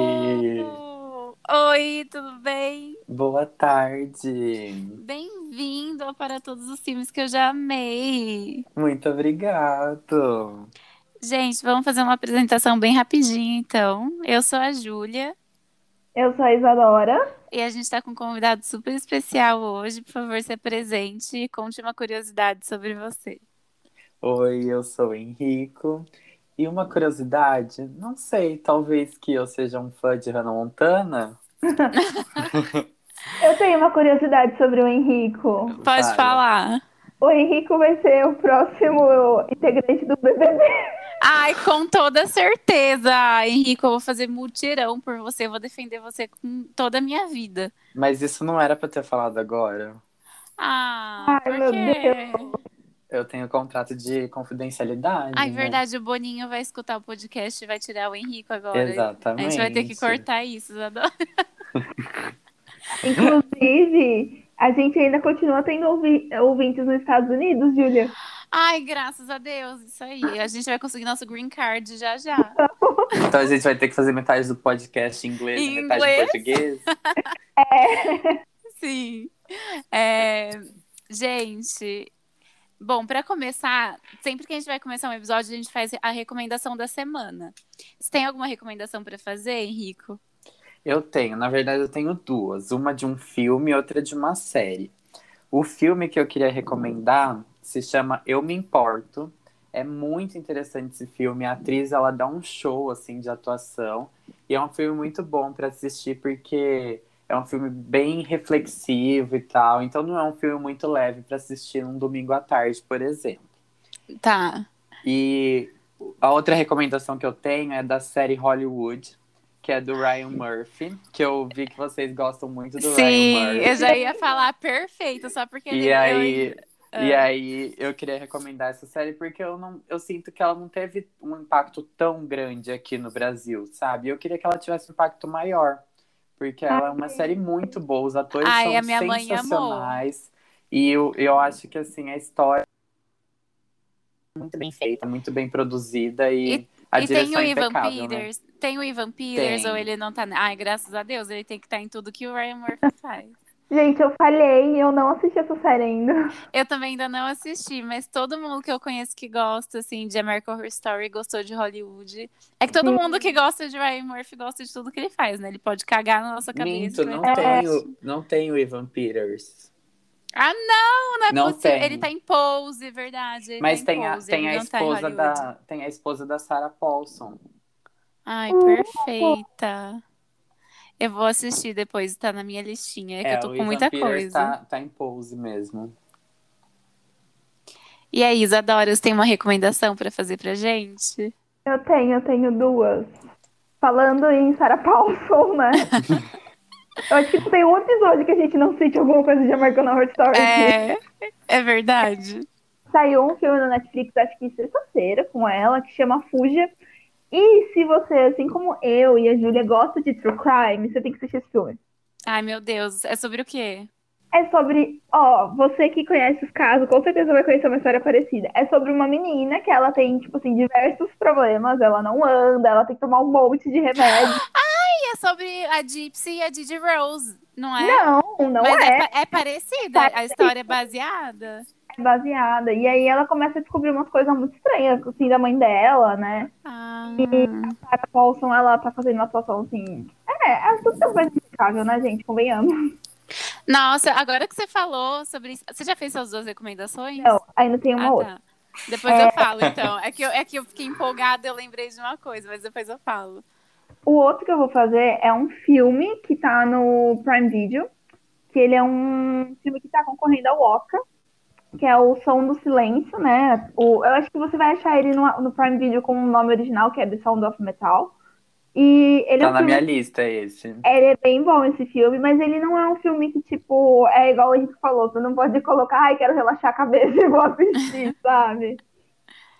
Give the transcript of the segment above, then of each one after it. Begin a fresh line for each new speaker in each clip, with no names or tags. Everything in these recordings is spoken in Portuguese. Oi!
Oi, tudo bem?
Boa tarde.
Bem-vindo ao para todos os filmes que eu já amei.
Muito obrigado.
Gente, vamos fazer uma apresentação bem rapidinha, então. Eu sou a Júlia
Eu sou a Isadora.
e a gente está com um convidado super especial hoje. Por favor, se apresente e conte uma curiosidade sobre você.
Oi, eu sou o Henrico. E uma curiosidade, não sei, talvez que eu seja um fã de Hannah Montana.
Eu tenho uma curiosidade sobre o Henrico.
Pode
Fala.
falar.
O Henrico vai ser o próximo integrante do BBB.
Ai, com toda certeza, Henrico, eu vou fazer mutirão por você. Eu vou defender você com toda a minha vida.
Mas isso não era pra ter falado agora.
Ah,
Ai,
por
meu
quê?
Eu tenho um contrato de confidencialidade.
Ai,
né?
verdade, o Boninho vai escutar o podcast e vai tirar o Henrico agora. A
Exatamente.
gente vai ter que cortar isso, Isadora.
Inclusive, a gente ainda continua tendo ouvi- ouvintes nos Estados Unidos, Júlia.
Ai, graças a Deus, isso aí. A gente vai conseguir nosso green card já já.
Então a gente vai ter que fazer metade do podcast em inglês,
Em
e metade em
inglês.
português.
Sim. É, gente, bom, pra começar, sempre que a gente vai começar um episódio, a gente faz a recomendação da semana. Você tem alguma recomendação pra fazer, Henrico?
Eu tenho, na verdade eu tenho duas, uma de um filme e outra de uma série. O filme que eu queria recomendar se chama Eu Me Importo. É muito interessante esse filme. A atriz ela dá um show assim de atuação e é um filme muito bom para assistir porque é um filme bem reflexivo e tal. Então não é um filme muito leve para assistir num domingo à tarde, por exemplo.
Tá.
E a outra recomendação que eu tenho é da série Hollywood, que é do Ryan Murphy, que eu vi que vocês gostam muito do Ryan
Sim,
Murphy.
eu já ia falar perfeito, só porque
E
ele- é
aí,
eu- Ah.
e aí eu queria recomendar essa série porque eu não eu sinto que ela não teve um impacto tão grande aqui no Brasil, sabe? Eu queria que ela tivesse um impacto maior, porque ela é uma série muito boa, os atores
Ah, Ai,
são
a minha mãe amou.
sensacionais. E eu, eu acho que assim a história é muito bem feita, muito bem produzida e, a
e tem
direção
o
é
Ivan
impecável, né?
Peters. Tem o Ivan Peters,
Tem.
ou ele não tá. Ai, graças a Deus, ele tem que estar em tudo que o Ryan Murphy faz.
Gente, eu falhei, eu não assisti essa série ainda.
Eu também ainda não assisti, mas todo mundo que eu conheço que gosta, assim, de American Horror Story gostou de Hollywood. É que todo
Uhum.
Sim.
mundo que gosta de Ryan Murphy gosta de tudo que ele faz, né? Ele pode cagar na nossa cabeça. né? É.
Minto,
mas
não
ele
tem
gosta.
o- não tem o Ivan Peters.
Ah, não, não é
Não
possível.
tem.
Ele tá em pose, verdade. ele
Mas
tá em
tem a,
pose,
tem
ele
a
não tá em
esposa
Hollywood.
da tem a esposa da Sarah Paulson.
Ai, perfeita. Eu vou assistir depois, tá na minha listinha, é que eu tô
o
com
Ivan
muita
Peters
coisa.
Tá, tá em pose mesmo.
E aí, Isadora, você tem uma recomendação pra fazer pra gente?
Eu tenho, eu tenho duas. Falando em Sarah Paulson, né? Eu acho que não tem um episódio que a gente não cite alguma coisa de American Horror Story.
É, é verdade.
Saiu um filme na Netflix, acho que sexta-feira, com ela, que chama Fuja. E se você, assim como eu e a Júlia, gosta de true crime, você tem que assistir esse filme.
Ai, meu Deus, é sobre o quê?
É sobre, ó, você que conhece os casos, com certeza vai conhecer uma história parecida. É sobre uma menina que ela tem, tipo assim, diversos problemas, ela não anda, ela tem que tomar um monte de remédio.
E é sobre a Gypsy e a Didi Rose, não é?
Não, não
Mas
é.
é, pa- é parecida, a história é baseada.
baseada. E aí ela começa a descobrir umas coisas muito estranhas, assim, da mãe dela, né?
Ah,
Sarah Paulson, ela tá fazendo uma atuação, assim... É, é tudo tão verificável, né, gente? Convenhamos.
nossa, agora que você falou sobre isso, você já fez suas duas recomendações?
Não, ainda tem uma
Ah,
outra.
tá. Depois eu falo, então. É que eu, é que eu fiquei empolgada, eu lembrei de uma coisa, mas depois eu falo.
O outro que eu vou fazer é um filme que tá no Prime Video, que ele é um filme que tá concorrendo ao Oscar, que é o Som do Silêncio, né? O, eu acho que você vai achar ele no, no Prime Video com o nome original, que é The Sound of Metal. E ele é
Tá
um
na
filme
minha lista esse.
Ele é bem bom esse filme, mas ele não é um filme que, tipo, é igual a gente falou, tu não pode colocar, ai, quero relaxar a cabeça e vou assistir, sabe?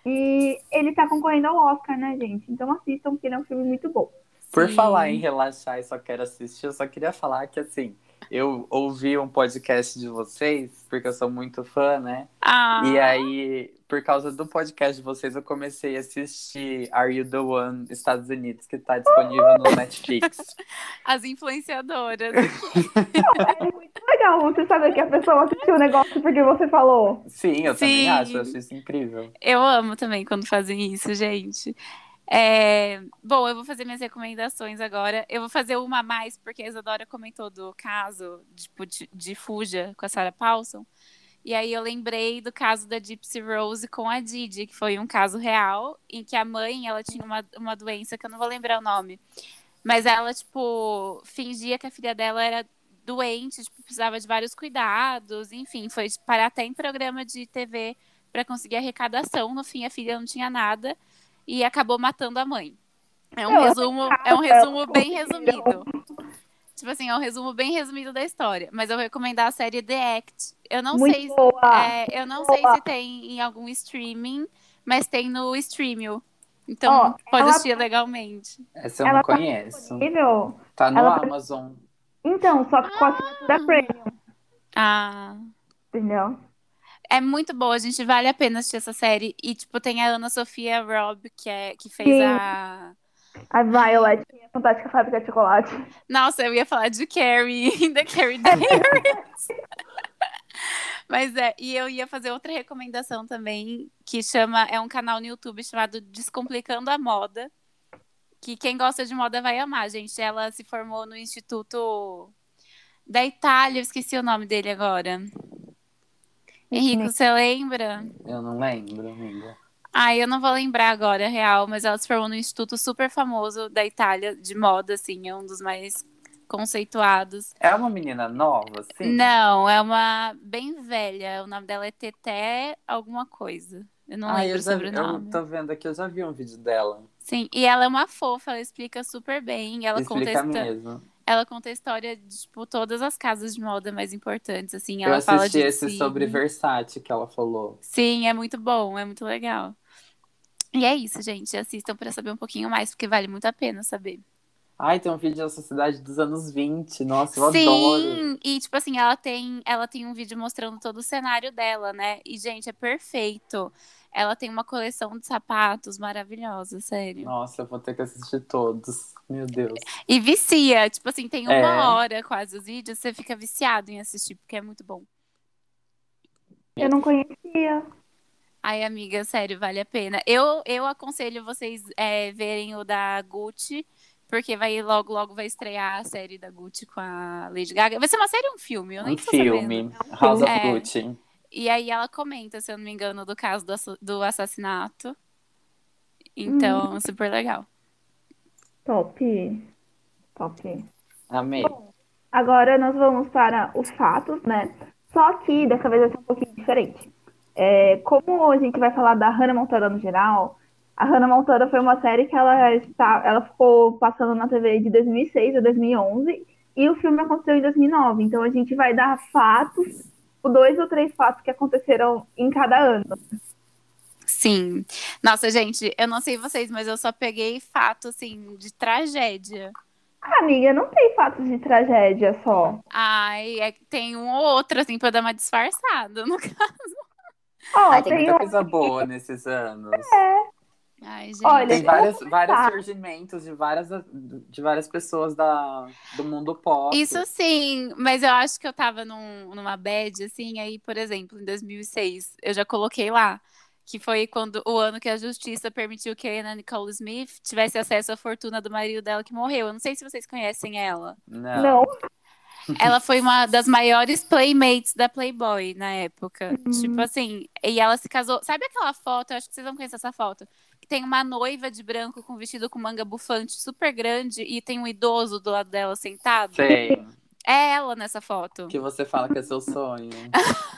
E ele tá concorrendo ao Oscar, né, gente? Então assistam, porque ele é um filme muito bom.
Por
Sim.
falar em relaxar e só quero assistir, eu só queria falar que assim, eu ouvi um podcast de vocês, porque eu sou muito fã, né?
Ah,
E aí, por causa do podcast de vocês, eu comecei a assistir Are You the One Estados Unidos, que tá disponível no Netflix.
as influenciadoras.
É muito legal você saber que a pessoa assistiu o negócio porque você falou.
Sim, eu
Sim.
também acho, eu acho isso incrível.
Eu amo também quando fazem isso, gente. É, Bom, eu vou fazer minhas recomendações agora. Eu vou fazer uma a mais, porque a Isadora comentou do caso tipo, de, de Fuja com a Sarah Paulson. E aí eu lembrei do caso da Gypsy Rose com a Didi, que foi um caso real, em que a mãe, ela tinha uma, uma doença que eu não vou lembrar o nome. Mas ela, tipo, fingia que a filha dela era doente, tipo, precisava de vários cuidados, enfim, foi parar até em programa de TV para conseguir arrecadação. No fim, a filha não tinha nada e acabou matando a mãe. É um
Eu
resumo, é um
achava
resumo bem
possível.
resumido. Tipo assim, é um resumo bem resumido da história. Mas eu vou recomendar a série The Act. Eu não
muito
sei, se-
boa.
é, eu não sei se tem em algum streaming, mas tem no Streamio. Então
Ó,
pode
ela- tá-
assistir legalmente.
Essa eu
Ela
não
tá
conheço.
Incrível.
Tá no
Ela-
Amazon.
Então, só que com a assinatura premium,
Ah.
entendeu?
É muito boa, gente. Vale a pena assistir essa série. E, tipo, tem a Ana Sofia Robb, que, é, que fez
Sim.
a.
A Violet, a Fantástica Fábrica de Chocolate.
Nossa, eu ia falar de Carrie, da Carrie Diaries. Mas é, e eu ia fazer outra recomendação também, que chama, é um canal no YouTube chamado Descomplicando a Moda, que quem gosta de moda vai amar, gente. Ela se formou no Instituto da Itália, eu esqueci o nome dele agora. Henrico, você lembra?
Eu não lembro, amiga.
Ah, eu não vou lembrar agora, é real, mas ela se formou num instituto super famoso da Itália, de moda, assim, é um dos mais conceituados.
É uma menina nova, assim?
Não, é uma bem velha. O nome dela é Teté alguma coisa. Eu não
Ah,
lembro
eu
o
já
sobrenome.
eu tô vendo aqui, eu já vi um vídeo dela.
Sim, e ela é uma fofa, ela explica super bem. Ela conta,
Explica
histó-
mesmo.
ela conta a história de tipo, todas as casas de moda mais importantes, assim.
Eu
Ela fala
assisti
de né?
esse
Disney.
sobre Versace que ela falou.
Sim, é muito bom, é muito legal. E é isso, gente. Assistam pra saber um pouquinho mais, porque vale muito a pena saber.
Ai, tem um vídeo da Sociedade dos anos 20. Nossa, eu
Sim,
adoro.
e tipo assim, ela tem, ela tem um vídeo mostrando todo o cenário dela, né? E, gente, é perfeito. Ela tem uma coleção de sapatos maravilhosa, sério.
Nossa, eu vou ter que assistir todos. Meu Deus.
E vicia, tipo assim, tem uma
É.
hora quase os vídeos, você fica viciado em assistir, porque é muito bom.
Eu não conhecia.
Ai, amiga, sério, vale a pena. Eu, eu aconselho vocês é, verem o da Gucci, porque vai logo, logo vai estrear a série da Gucci com a Lady Gaga. Vai ser uma série ou um filme? Eu nem
Um
tô sabendo.
filme. House of
É.
Gucci.
E aí ela comenta, se eu não me engano, do caso do, ass- do assassinato. Então, super legal.
Top. Top.
Amei.
Bom, agora nós vamos para os fatos, né? Só que dessa vez vai ser um pouquinho diferente. É, como a gente vai falar da Hannah Montana no geral, a Hannah Montana foi uma série que ela, está, ela ficou passando na TV de 2006 a 2011 e o filme aconteceu em 2009. Então a gente vai dar fatos, o dois ou três fatos que aconteceram em cada ano.
Sim. Nossa, gente, eu não sei vocês, mas eu só peguei fato, assim, de tragédia.
Ah, amiga, não tem fatos de tragédia só.
Ai, é que tem um ou outro, assim, pra eu dar uma disfarçada. Nunca...
Ó,
Ai, tem
tem
muita
um-
coisa boa nesses anos.
Ai, gente.
Olha,
Tem
eu
vários,
vou
vários
comentar.
surgimentos de várias, de várias pessoas da, do mundo pop.
Isso sim, mas eu acho que eu tava num- numa bad, assim, aí, por exemplo, em 2006, eu já coloquei lá, que foi quando o ano que a justiça permitiu que a Anna Nicole Smith tivesse acesso à fortuna do marido dela que morreu. Eu não sei se vocês conhecem ela.
Não.
Não,
Ela foi uma das maiores playmates da Playboy na época. Tipo assim, e ela se casou. Sabe aquela foto? Eu acho que vocês vão conhecer essa foto. Que tem uma noiva de branco com vestido com manga bufante super grande e tem um idoso do lado dela sentado.
Sei.
É ela nessa foto.
Que você fala que é seu sonho.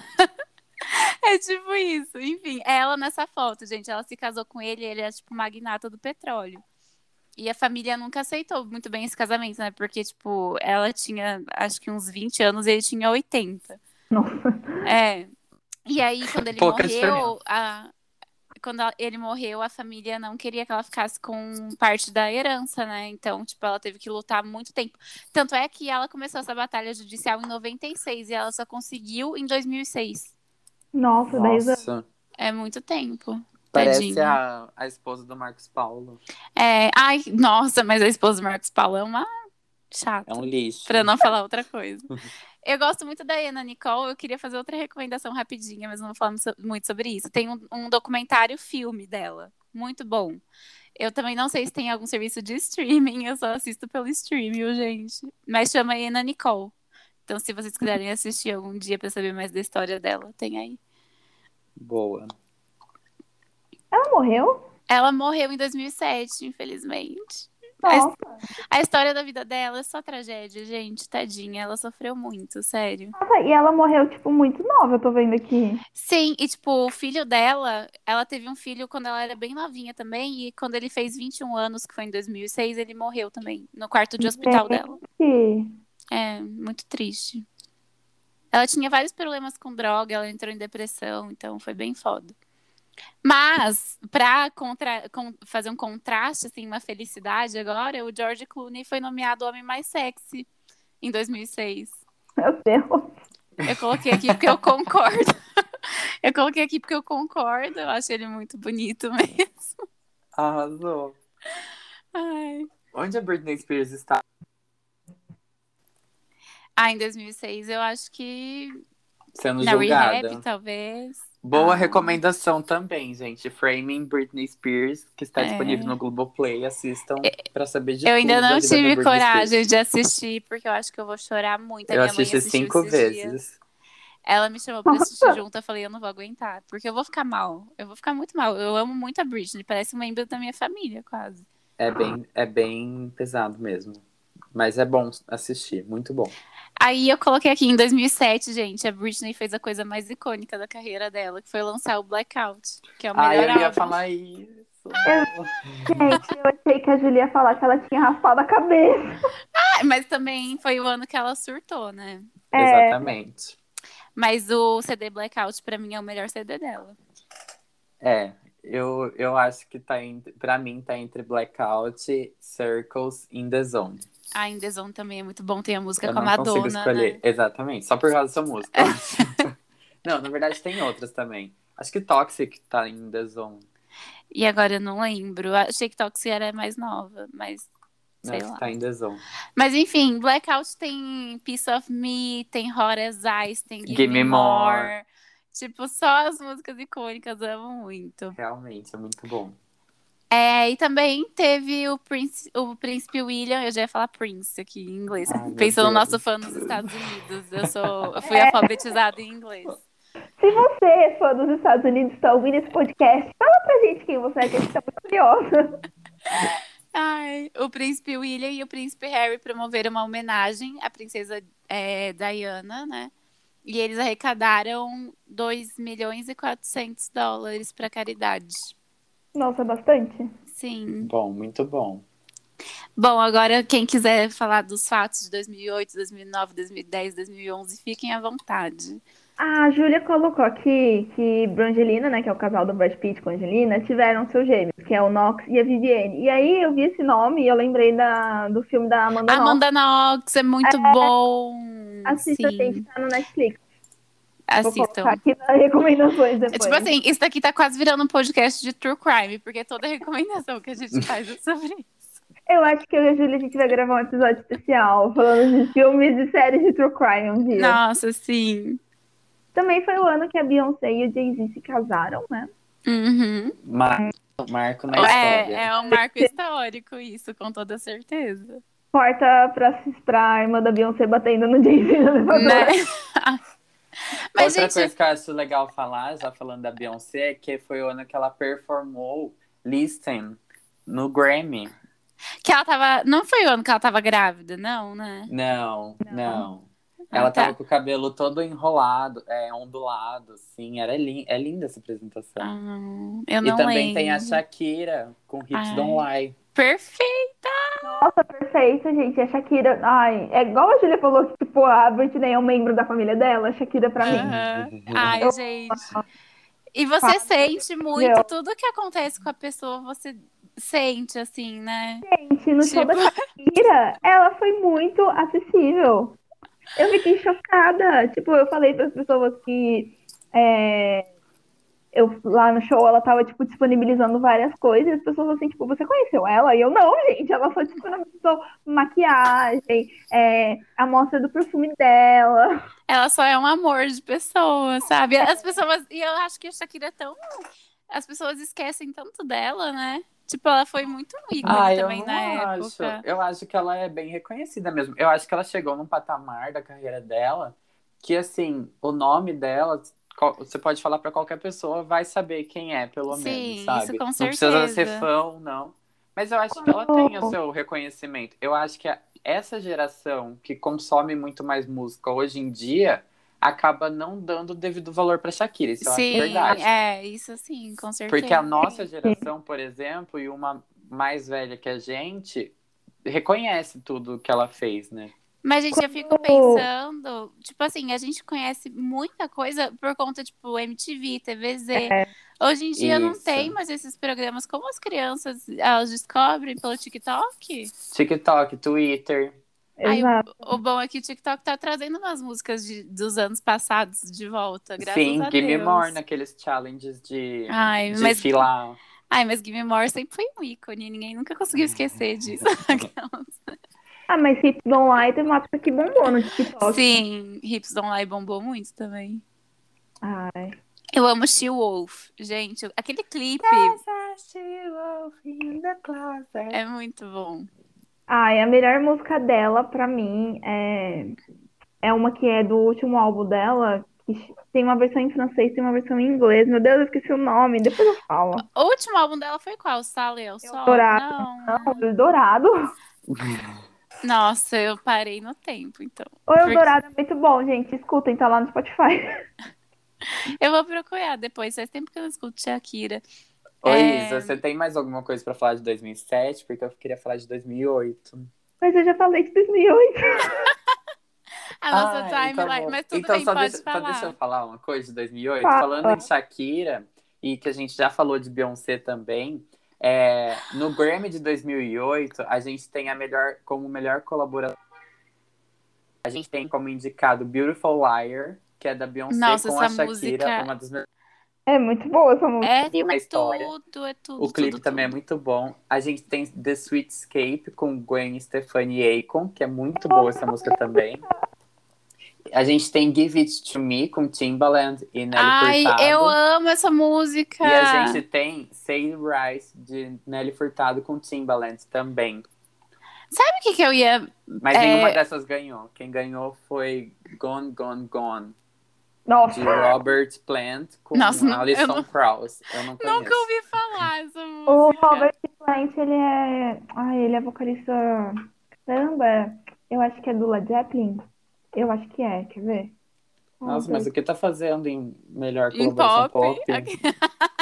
É tipo isso. Enfim, ela nessa foto, gente. Ela se casou com ele, ele é tipo magnata do petróleo. E a família nunca aceitou muito bem esse casamento, né? Porque, tipo, ela tinha acho que uns 20 anos e ele tinha 80.
Nossa.
É. E aí, quando ele
Pouca
morreu,
diferença.
a... quando ela- ele morreu, a família não queria que ela ficasse com parte da herança, né? Então, tipo, ela teve que lutar muito tempo. Tanto é que ela começou essa batalha judicial em 96 e ela só conseguiu em 2006.
Nossa, 10 anos.
Nossa,
É muito tempo.
parece
Tadinho.
a, a esposa do Marcos Paulo.
É, ai, nossa, mas a esposa do Marcos Paulo é uma chata.
É um lixo.
Pra não falar outra coisa. Eu gosto muito da Ana Nicole. Eu queria fazer outra recomendação rapidinha, mas não vou falar mu- so- muito sobre isso. Tem um, um documentário filme dela. Muito bom. Eu também não sei se tem algum serviço de streaming. Eu só assisto pelo streaming, viu, gente. Mas chama Ana Nicole. Então, se vocês quiserem assistir algum dia pra saber mais da história dela, tem aí.
Boa.
Ela morreu?
Ela morreu em 2007, infelizmente. Mas-
Nossa.
A história da vida dela é só tragédia, gente. Tadinha, ela sofreu muito, sério.
Nossa, e ela morreu, tipo, muito nova, eu tô vendo aqui.
Sim, e tipo, o filho dela, ela teve um filho quando ela era bem novinha também, e quando ele fez 21 anos, que foi em 2006, ele morreu também, no quarto de
Uhum.
hospital dela.
Que...
É, muito triste. Ela tinha vários problemas com droga, ela entrou em depressão, então foi bem foda. Mas, pra contra... con- fazer um contraste, assim, uma felicidade agora, o George Clooney foi nomeado homem mais sexy em 2006.
Meu Deus.
Eu coloquei aqui porque eu concordo. Eu coloquei aqui porque eu concordo. Eu acho ele muito bonito mesmo.
Arrasou.
Ai.
Onde a Britney Spears está?
Ah, em 2006 eu acho que
Sendo
na
julgada.
Rehab, talvez.
Boa
Ah.
recomendação também, gente. Framing Britney Spears, que está
É.
disponível no Globoplay. Assistam pra saber de
Eu ainda
tudo da
não
vida da
tive
Britney
coragem
Spears.
de assistir, porque eu acho que eu vou chorar muito. A
Eu
minha mãe
assisti
assistiu
cinco
esses dias.
vezes.
Ela me chamou pra assistir
Nossa.
junto, eu falei, eu não vou aguentar, porque eu vou ficar mal. Eu vou ficar muito mal. Eu amo muito a Britney, parece um membro da minha família, quase.
É bem, é bem pesado mesmo. Mas é bom assistir, muito bom.
Aí eu coloquei aqui em 2007, gente, a Britney fez a coisa mais icônica da carreira dela, que foi lançar o Blackout, que é o melhor
Ah, eu ia
álbum.
falar isso.
Gente, eu achei que a Julia ia falar que ela tinha raspado a cabeça.
Ah, Mas também foi o ano que ela surtou, né?
É.
Exatamente.
Mas o CD Blackout, pra mim, é o melhor CD dela.
É, eu, eu acho que tá entre, pra mim tá entre Blackout, Circles e In The Zone.
A In The Zone também é muito bom, tem a música
Eu
com a
não consigo
Madonna,
escolher.
né? É.
Exatamente, só por causa dessa música. não, na verdade tem outras também. Acho que Toxic tá em The Zone.
E agora eu não lembro. Achei que Toxic era é mais nova, mas sei
acho
lá.
que tá em The Zone.
Mas enfim, Blackout tem Piece of Me, tem Hot as Ice, tem Give,
Give
Me
Me
More. Tipo, só as músicas icônicas, eu amo muito.
Realmente, é muito bom.
É, e também teve o, Prince, o Príncipe William, eu já ia falar Prince aqui em inglês.
Ai, meu
Pensando no
Deus.
nosso fã dos Estados Unidos. Eu, sou, eu fui alfabetizada em inglês.
Se você, fã dos Estados Unidos, tá ouvindo esse podcast, fala pra gente quem você é, que a gente tá muito curiosa.
Ai, o príncipe William e o príncipe Harry promoveram uma homenagem à princesa eh, Diana, né? E eles arrecadaram 2 milhões e 400 dólares para caridade.
Nossa, é bastante.
Sim.
Bom, muito bom.
Bom, agora quem quiser falar dos fatos de 2008, 2009, 2010, 2011, fiquem à vontade.
A Júlia colocou aqui que Brangelina, né, que é o casal do Brad Pitt com Angelina, tiveram seus gêmeos, que é o Knox e a Vivienne. E aí eu vi esse nome e eu lembrei da, do filme da Amanda Knox.
Amanda Knox é muito bom.
Assista,
Sim,
gente, tá no Netflix. Vou
assistam.
colocar aqui nas recomendações
É
depois.
Tipo assim, isso daqui tá quase virando um podcast de true crime, porque é toda recomendação que a gente faz é sobre
Eu acho que eu e a Júlia a gente vai gravar um episódio especial falando de filmes e séries de true crime um dia.
Nossa, sim.
Também foi o ano que a Beyoncé e o Jay-Z se casaram, né?
Uhum.
Mar- Marco na história.
É, é um marco histórico isso, com toda certeza.
Porta pra, pra irmã da Beyoncé batendo no Jay-Z no elevador.
Né? Mas,
Outra
gente,
coisa que eu acho legal falar, já falando da Beyoncé, é que foi o ano que ela performou Listen no Grammy.
que ela tava. Não foi o ano que ela tava grávida, não, né?
Não, não.
Ah,
Ela
tá.
tava com o cabelo todo enrolado, é, ondulado, assim. Era lin- é linda essa apresentação.
Ah, eu
e
não
também
lembro.
tem a Shakira com Hits
Ai.
Don't Lie.
Perfeito.
Nossa, É perfeito, gente. A Shakira. Ai, é igual a Julia falou que,
Ah.
É.
Uhum.
tipo, a Britney é um membro da família dela, a Shakira pra mim.
Aham. Ai,
Eu-
gente. E você
Fala.
sente muito
Meu.
tudo que acontece com a pessoa, você sente, assim, né?
Gente, no show da Shakira, ela foi muito acessível. Eu fiquei chocada. Tipo, eu falei para as pessoas que é, eu lá no show ela tava tipo disponibilizando várias coisas. E as pessoas assim, tipo, você conheceu ela? E eu não, gente. Ela só disponibilizou maquiagem, é, a amostra do perfume dela.
Ela só é um amor de pessoa, sabe? As pessoas. E eu acho que a Shakira é tão. As pessoas esquecem tanto dela, né? Tipo, ela foi muito ícone
Ah, eu
também
não
na
acho.
época.
Eu acho que ela é bem reconhecida mesmo. Eu acho que ela chegou num patamar da carreira dela que, assim, o nome dela, qual- você pode falar pra qualquer pessoa, vai saber quem é, pelo
Sim,
menos,
isso
sabe?
com
Não
certeza.
precisa ser fã, ou não. Mas eu acho que ela tem o seu reconhecimento. Eu acho que a- essa geração que consome muito mais música hoje em dia acaba não dando o devido valor pra Shakira. Isso eu
Sim,
acho verdade.
é, isso sim, com certeza.
Porque a nossa geração, por exemplo, e uma mais velha que a gente, reconhece tudo que ela fez, né?
Mas, gente, eu fico
Quando-
pensando, tipo assim, a gente conhece muita coisa por conta, tipo, MTV, TVZ.
É,
Hoje em dia não
Isso.
tem mais esses programas. Como as crianças, elas descobrem pelo TikTok?
TikTok, Twitter.
Ai,
Exato.
O bom é que o TikTok tá trazendo umas músicas de- dos anos passados de volta, graças
Sim,
a
Give Me
Deus.
More naqueles challenges de,
Ai,
de
mas-
filar.
Ai, mas Give Me More sempre foi um ícone, ninguém nunca conseguiu esquecer disso.
Ah, mas Hips Don't Lie teve uma época que bombou no TikTok.
Sim, Hips Don't Lie bombou muito também.
Ai.
Eu amo She Wolf, gente. Aquele clipe é muito bom.
Ai, a melhor música dela, pra mim, é... é uma que é do último álbum dela, que ch- tem uma versão em francês, tem uma versão em inglês. Meu Deus, eu esqueci o nome, depois eu falo.
O último álbum dela foi qual? Sale ao Sol?
Dourado.
Não.
Ah.
Não, Eldorado.
Nossa, eu parei no tempo, então.
O Eldorado é muito bom, gente. Escutem, tá lá no Spotify.
Eu vou procurar depois, faz tempo que eu não escuto Shakira.
Ô,
É.
Isa, você tem mais alguma coisa pra falar de 2007? Porque eu queria falar de 2008.
Mas eu já falei de 2008.
A nossa
Ai, tá
timeline,
bom.
mas tudo
então,
bem,
só
pode
deixa,
falar.
Só deixa eu falar uma coisa de 2008.
Fala.
Falando em Shakira, e que a gente já falou de Beyoncé também, é, no Grammy de 2008, a gente tem a melhor, como melhor colaboração, a gente tem como indicado Beautiful Liar, que é da Beyoncé
Nossa,
com a
essa
Shakira,
música-
uma das melhores.
É muito boa essa música.
É
Tem uma história.
tudo, é tudo.
O clipe
tudo,
também é
tudo.
muito bom. A gente tem The Sweet Escape com Gwen Stefani Acon, que é muito boa essa música também. A gente tem Give It To Me com Timbaland e Nelly
Ai,
Furtado.
eu amo essa música.
E a gente tem Say Rise de Nelly Furtado com Timbaland também.
Sabe o que, que eu ia.
Mas
É.
nenhuma dessas ganhou. Quem ganhou foi Gone, Gone, Gone de
Nossa.
Robert Plant com
Nossa, não- eu
Alison
não-
Krauss. Eu não conheço.
Nunca ouvi falar essa
O
música.
Robert Plant, ele é. Ai, ele é vocalista. Caramba, eu acho que é do Led Zeppelin. Eu acho que é, quer ver?
Nossa, mas o que tá fazendo em melhor
Em
colaboração
pop.
pop?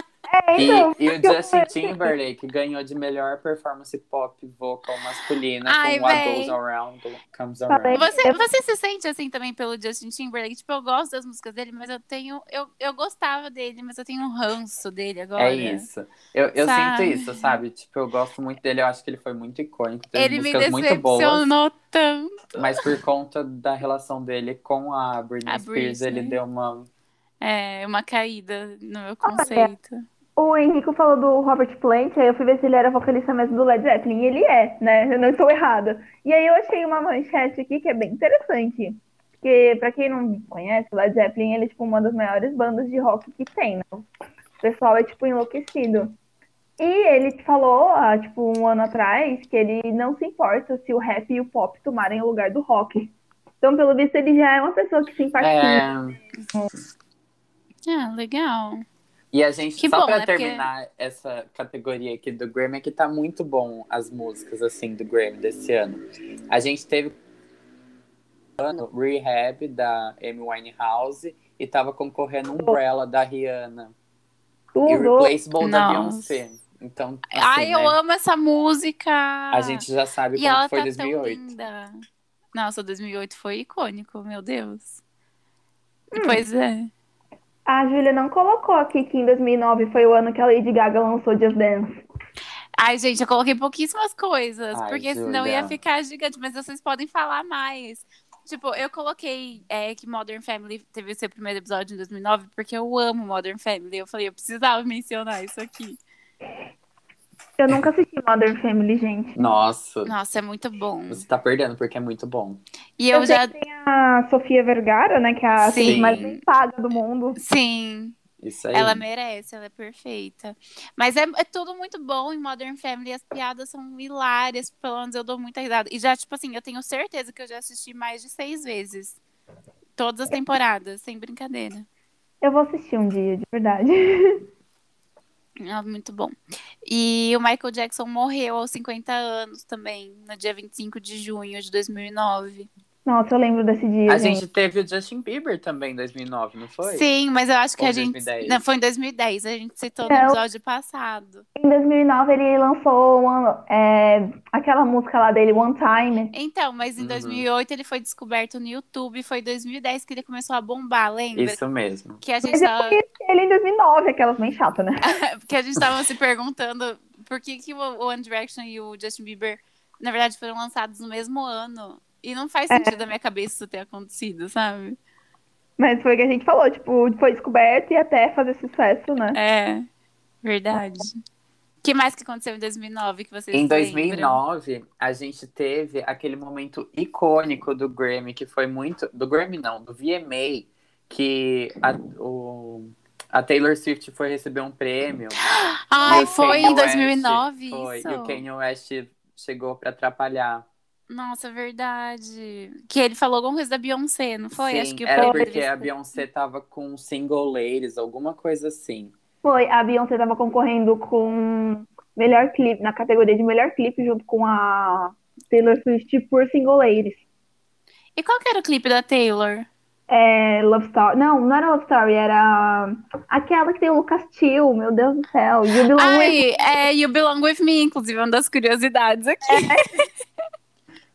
É, então,
E, e o
que eu
Justin
conheço.
Timberlake ganhou de melhor performance pop vocal masculina
Ai,
com What
véi. Tá
Goes Around Comes
Falei.
Around.
Você, você se sente assim também pelo Justin Timberlake? Tipo, eu gosto das músicas dele, mas eu tenho. Eu, eu gostava dele, mas eu tenho um ranço dele agora.
É isso. Eu, eu sinto
Sabe?
isso, sabe? Tipo, eu gosto muito dele, eu acho que ele foi muito icônico. Tem
Ele me
músicas muito boas.
decepcionou tanto.
Mas por conta da relação dele com a Britney
A
Spears,
Britney.
ele deu uma.
É, uma caída no meu conceito.
O Henrico falou do Robert Plant, aí eu fui ver se ele era vocalista mesmo do Led Zeppelin, e ele é, né? Eu não estou errada. E aí eu achei uma manchete aqui que é bem interessante. Porque, pra quem não conhece, o Led Zeppelin ele é tipo uma das maiores bandas de rock que tem, né? O pessoal é tipo enlouquecido. E ele falou, há, tipo, um ano atrás, que ele não se importa se o rap e o pop tomarem o lugar do rock. Então, pelo visto, ele já é uma pessoa que simpatiza.
É,
Ah, legal.
Assim, E a gente,
Que
só
bom,
pra
né? Porque-
terminar essa categoria aqui do Grammy, é que tá muito bom as músicas, assim, do Grammy desse ano. A gente teve ano Rehab, da Amy Winehouse, e tava concorrendo Umbrella, da Rihanna. E
Tudo.
Replaceable, da
Nossa.
Beyoncé. Então, assim,
Ai, eu
né?
amo essa música.
A gente já sabe
E
como
ela
que foi
tá tão
2008.
linda.
Hum.
Nossa, 2008 foi icônico, meu Deus. Pois é.
A Júlia não colocou aqui que em 2009 foi o ano que a Lady Gaga lançou Just Dance.
Ai, gente, eu coloquei pouquíssimas coisas,
Ai,
porque senão
Júlia.
ia ficar gigante, mas vocês podem falar mais. Tipo, eu coloquei é, que Modern Family teve seu primeiro episódio em 2009, porque eu amo Modern Family. Eu falei, eu precisava mencionar isso aqui.
Eu nunca assisti Modern Family, gente.
Nossa,
Nossa, é muito bom.
você tá perdendo porque é muito bom.
E eu
sei
já.
que Tem a Sofia Vergara, né? Que é a atriz
Sim.
mais bem paga do mundo.
Sim.
Isso aí.
Ela merece, ela é perfeita. Mas é, é tudo muito bom em Modern Family, as piadas são hilárias, pelo menos eu dou muita risada. E já, tipo assim, eu tenho certeza que eu já assisti mais de seis vezes. Todas as temporadas, sem brincadeira.
Eu vou assistir um dia, de verdade.
É muito bom. E o Michael Jackson morreu aos 50 anos também, no dia 25 de junho de 2009.
Nossa, eu lembro desse dia.
A gente teve o Justin Bieber também em 2009, não foi?
Sim, mas eu acho que
Ou
a gente.
2010?
Não, foi em 2010, a gente citou no
Não.
episódio passado.
Em 2009 ele lançou uma, é, aquela música lá dele, One Time.
Então, mas em
Uhum.
2008 ele foi descoberto no YouTube, foi em 2010 que ele começou a bombar, lembra?
Isso mesmo.
Que a, gente tá
Mas é eu
tava,
conheci ele em 2009, aquelas bem chatas, né?
que a gente tava se perguntando por que, que o o One Direction e o Justin Bieber, na verdade, foram lançados no mesmo ano. E não faz
É.
sentido na minha cabeça isso ter acontecido, sabe?
Mas foi o que a gente falou, tipo, foi descoberto e até fazer sucesso, né?
É, verdade. O que mais que aconteceu em 2009 que vocês
Em
lembram?
2009, a gente teve aquele momento icônico do Grammy, que foi muito. Do Grammy, não, do VMA, que a, o- a Taylor Swift foi receber um prêmio. E
Ai,
o
Ah, foi em
Kanye West
2009
Foi,
isso?
e o Kanye West chegou pra atrapalhar.
Nossa, verdade. Que ele falou alguma coisa da Beyoncé, não foi?
Sim,
Acho que
era
foi
porque a
entrevista.
Beyoncé tava com single ladies, alguma coisa assim.
Foi, a Beyoncé tava concorrendo com melhor clipe, na categoria de melhor clipe, junto com a Taylor Swift por Single Ladies.
E qual que era o clipe da Taylor?
É, Love Story. Não, não era Love Story, era aquela que tem o Lucas Till, meu Deus do céu. Jubilão
Ai, é You Belong With Me, inclusive, é uma das curiosidades aqui.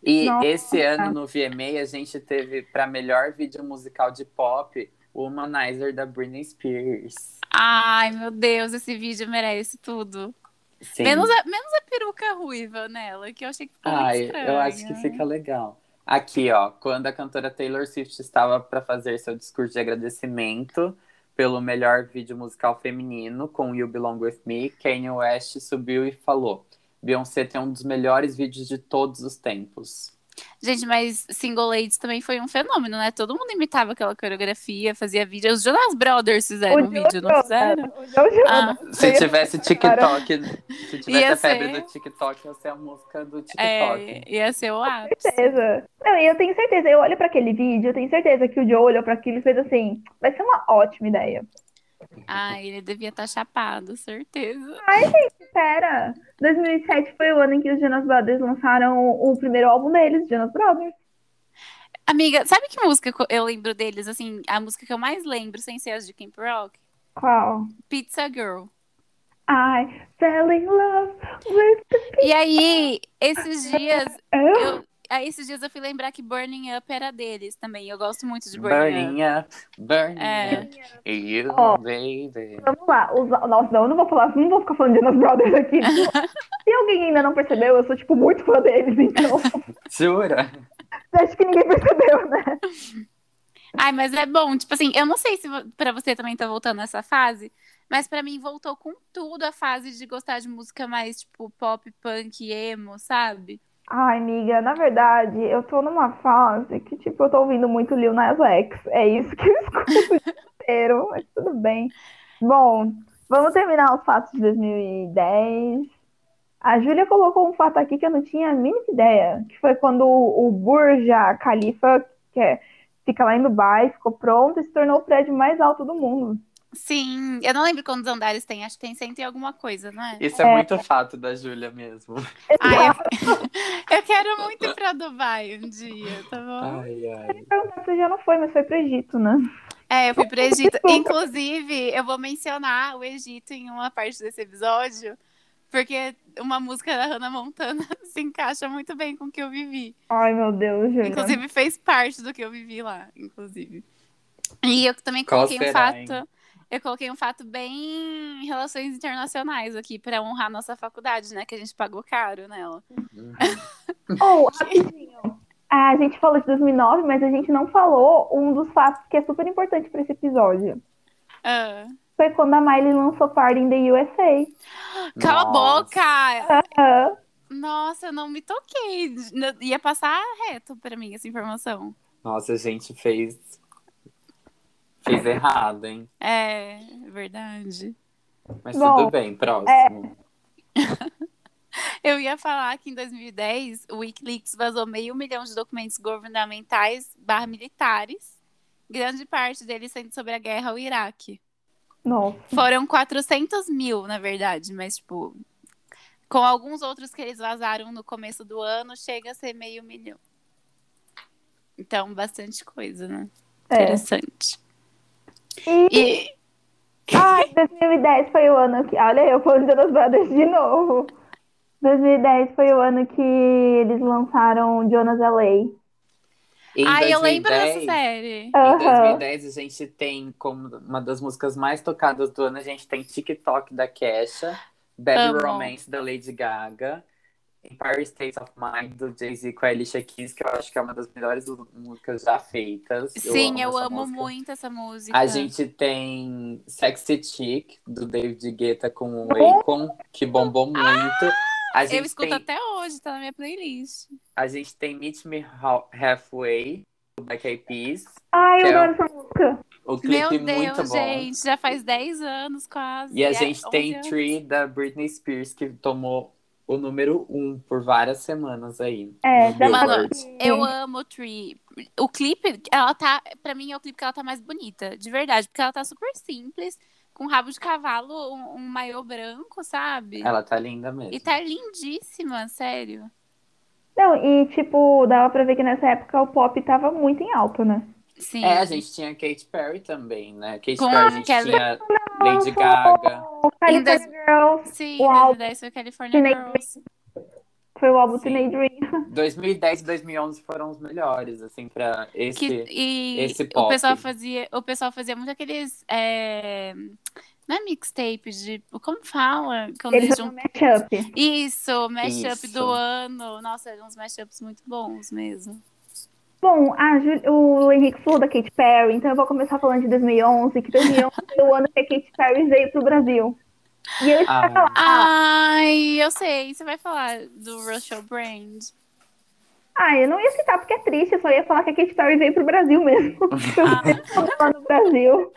E
Nossa.
esse ano no VMA a gente teve pra melhor vídeo musical de pop o Humanizer da Britney Spears.
Ai, meu Deus, esse vídeo merece tudo.
Sim.
Menos a, menos a peruca ruiva nela, que eu achei que ficou muito
Ai,
estranha.
Ah, eu acho que fica legal. Aqui, ó, quando a cantora Taylor Swift estava para fazer seu discurso de agradecimento pelo melhor vídeo musical feminino com You Belong With Me, Kanye West subiu e falou: Beyoncé tem um dos melhores vídeos de todos os tempos.
Gente, mas Single Ladies também foi um fenômeno, né? Todo mundo imitava aquela coreografia, fazia vídeo. Os Jonas Brothers fizeram um vídeo, não fizeram? Ah,
Se tivesse TikTok, se tivesse
Ia
a febre
ser.
do TikTok, ia ser a música do TikTok.
é, ia ser o ápice.
certeza. Não, e eu tenho certeza, eu olho pra aquele vídeo, eu tenho certeza que o Joe olhou pra aquilo e fez assim, vai ser uma ótima ideia.
Ah, ele devia estar chapado, certeza.
Pera, 2007 foi o ano em que os Jonas Brothers lançaram o primeiro álbum deles, Jonas Brothers.
Amiga, sabe que música co- eu lembro deles, assim, a música que eu mais lembro, sem ser as de Camp Rock?
Qual?
Pizza Girl.
I fell in love with
E aí, esses dias,
you.
eu, aí esses dias eu fui lembrar que Burning Up era deles também. Eu gosto muito de Burning, Up.
Burning up, burning
É.
up, you,
Ó.
baby.
Vamos lá, os, nossa, não, eu não vou falar, não vou ficar falando de Jonas Brothers aqui. Se alguém ainda não percebeu, eu sou, tipo, muito fã deles, então
Jura?
acho que ninguém percebeu, né?
Ai, mas é bom, tipo assim, eu não sei se vo- pra você também tá voltando essa fase, mas pra mim voltou com tudo a fase de gostar de música mais tipo pop, punk, emo, sabe?
Ai, amiga, na verdade, eu tô numa fase que, tipo, eu tô ouvindo muito Lil Nas X. É isso que eu escuto o dia inteiro, mas tudo bem. Bom, vamos terminar os fatos de 2010. A Júlia colocou um fato aqui que eu não tinha a mínima ideia, que foi quando o o Burja Khalifa, que é, fica lá em Dubai, ficou pronto e se tornou o prédio mais alto do mundo.
Sim, eu não lembro quantos andares tem, acho que tem cento e alguma coisa, não é?
Isso é,
É.
muito fato da Júlia mesmo.
Ai, eu... eu quero muito ir pra Dubai um dia, tá bom?
Ai, ai.
Perguntar se já não foi, mas foi pro Egito, né?
É, eu fui pro Egito. Inclusive, eu vou mencionar o Egito em uma parte desse episódio, porque uma música da Hannah Montana se encaixa muito bem com o que eu vivi.
Ai, meu Deus, Júlia.
Inclusive, fez parte do que eu vivi lá, inclusive. E eu também
Qual
coloquei um
será,
fato.
hein?
Eu coloquei um fato bem em relações internacionais aqui para honrar nossa faculdade, né? Que a gente pagou caro nela.
Ou, rapidinho. A gente falou de 2009, mas a gente não falou um dos fatos que é super importante pra esse episódio.
Ah.
Foi quando a Miley lançou Party in the USA.
Cala a
Nossa.
boca!
Aham.
Nossa, eu não me toquei. N- Ia passar reto pra mim essa informação.
Nossa, a gente fez. Fez errado, hein?
É verdade.
Mas
Bom,
tudo bem,
é,
próximo.
Eu ia falar que em 2010 o Wikileaks vazou meio milhão de documentos governamentais barra militares, grande parte deles sendo sobre a guerra ao Iraque.
Nossa.
Foram 400 mil, na verdade, mas tipo, com alguns outros que eles vazaram no começo do ano, chega a ser meio milhão. Então, bastante coisa, né?
É.
Interessante.
E,
E,
ai, 2010 foi o ano que. Olha, eu falando de Jonas Brothers de novo. 2010 foi o ano que eles lançaram Jonas LA.
Em
ai, eu lembro
2010,
dessa série.
Em
Aham.
2010, a gente tem como uma das músicas mais tocadas do ano, a gente tem TikTok da Kesha, Bad
Amo.
Romance da Lady Gaga, Empire State of Mind do Jay-Z com a Alicia Keys, que eu acho que é uma das melhores músicas já feitas.
Sim, eu
essa
amo
música.
muito essa música.
A gente tem Sexy Chick, do David Guetta com o
Bom.
Akon, que bombou muito. A gente
Eu escuto
tem,
até hoje, tá na minha playlist.
a gente tem Meet Me Hal- Halfway, do Black Eyed Peas.
Ai, eu
Tchau.
adoro essa música.
O
Meu
clipe
Deus,
muito bom.
gente, já faz 10 anos quase.
E a
É,
gente
11
tem
anos.
Tree da Britney Spears, que tomou o número 1 um por várias semanas aí.
É,
no
dá
Mano,
Billboard.
Eu amo Tree. O clipe, ela tá. Pra mim é o clipe que ela tá mais bonita, de verdade. Porque ela tá super simples, com rabo de cavalo, um, um maiô branco, sabe?
Ela tá linda mesmo.
E tá lindíssima, sério.
Não, e tipo, dava pra ver que nessa época o pop tava muito em alta, né?
Sim.
É, a gente tinha Katy Perry também, né? Katy
Com
Perry, a gente
aquela-
tinha Lady Gaga.
California
das-
Girls
Sim,
O álbum-
2010 foi California
Teenage
Girls.
foi o álbum
Sim.
Teenage Dream.
2010 e 2011 foram os melhores, assim, pra esse...
Que, e
esse
o
pop.
pessoal fazia, o pessoal fazia muito aqueles. é, não é mixtape de. Como fala? Quando
Eles
eles
são um
juntam.
mashup.
Isso, mashup
Isso.
do ano. Nossa, eram uns mashups muito bons mesmo.
Bom, a Ju- o Henrique falou da Katy Perry, então eu vou começar falando de 2011, que 2011 foi é o ano que a Katy Perry veio pro Brasil. E eu estava
Ah.
lá.
Ai, eu sei. Você vai falar do Rochelle Brand.
Ah, eu não ia citar porque é triste, eu só ia falar que a Katy Perry veio pro Brasil mesmo. Eu lá no Brasil.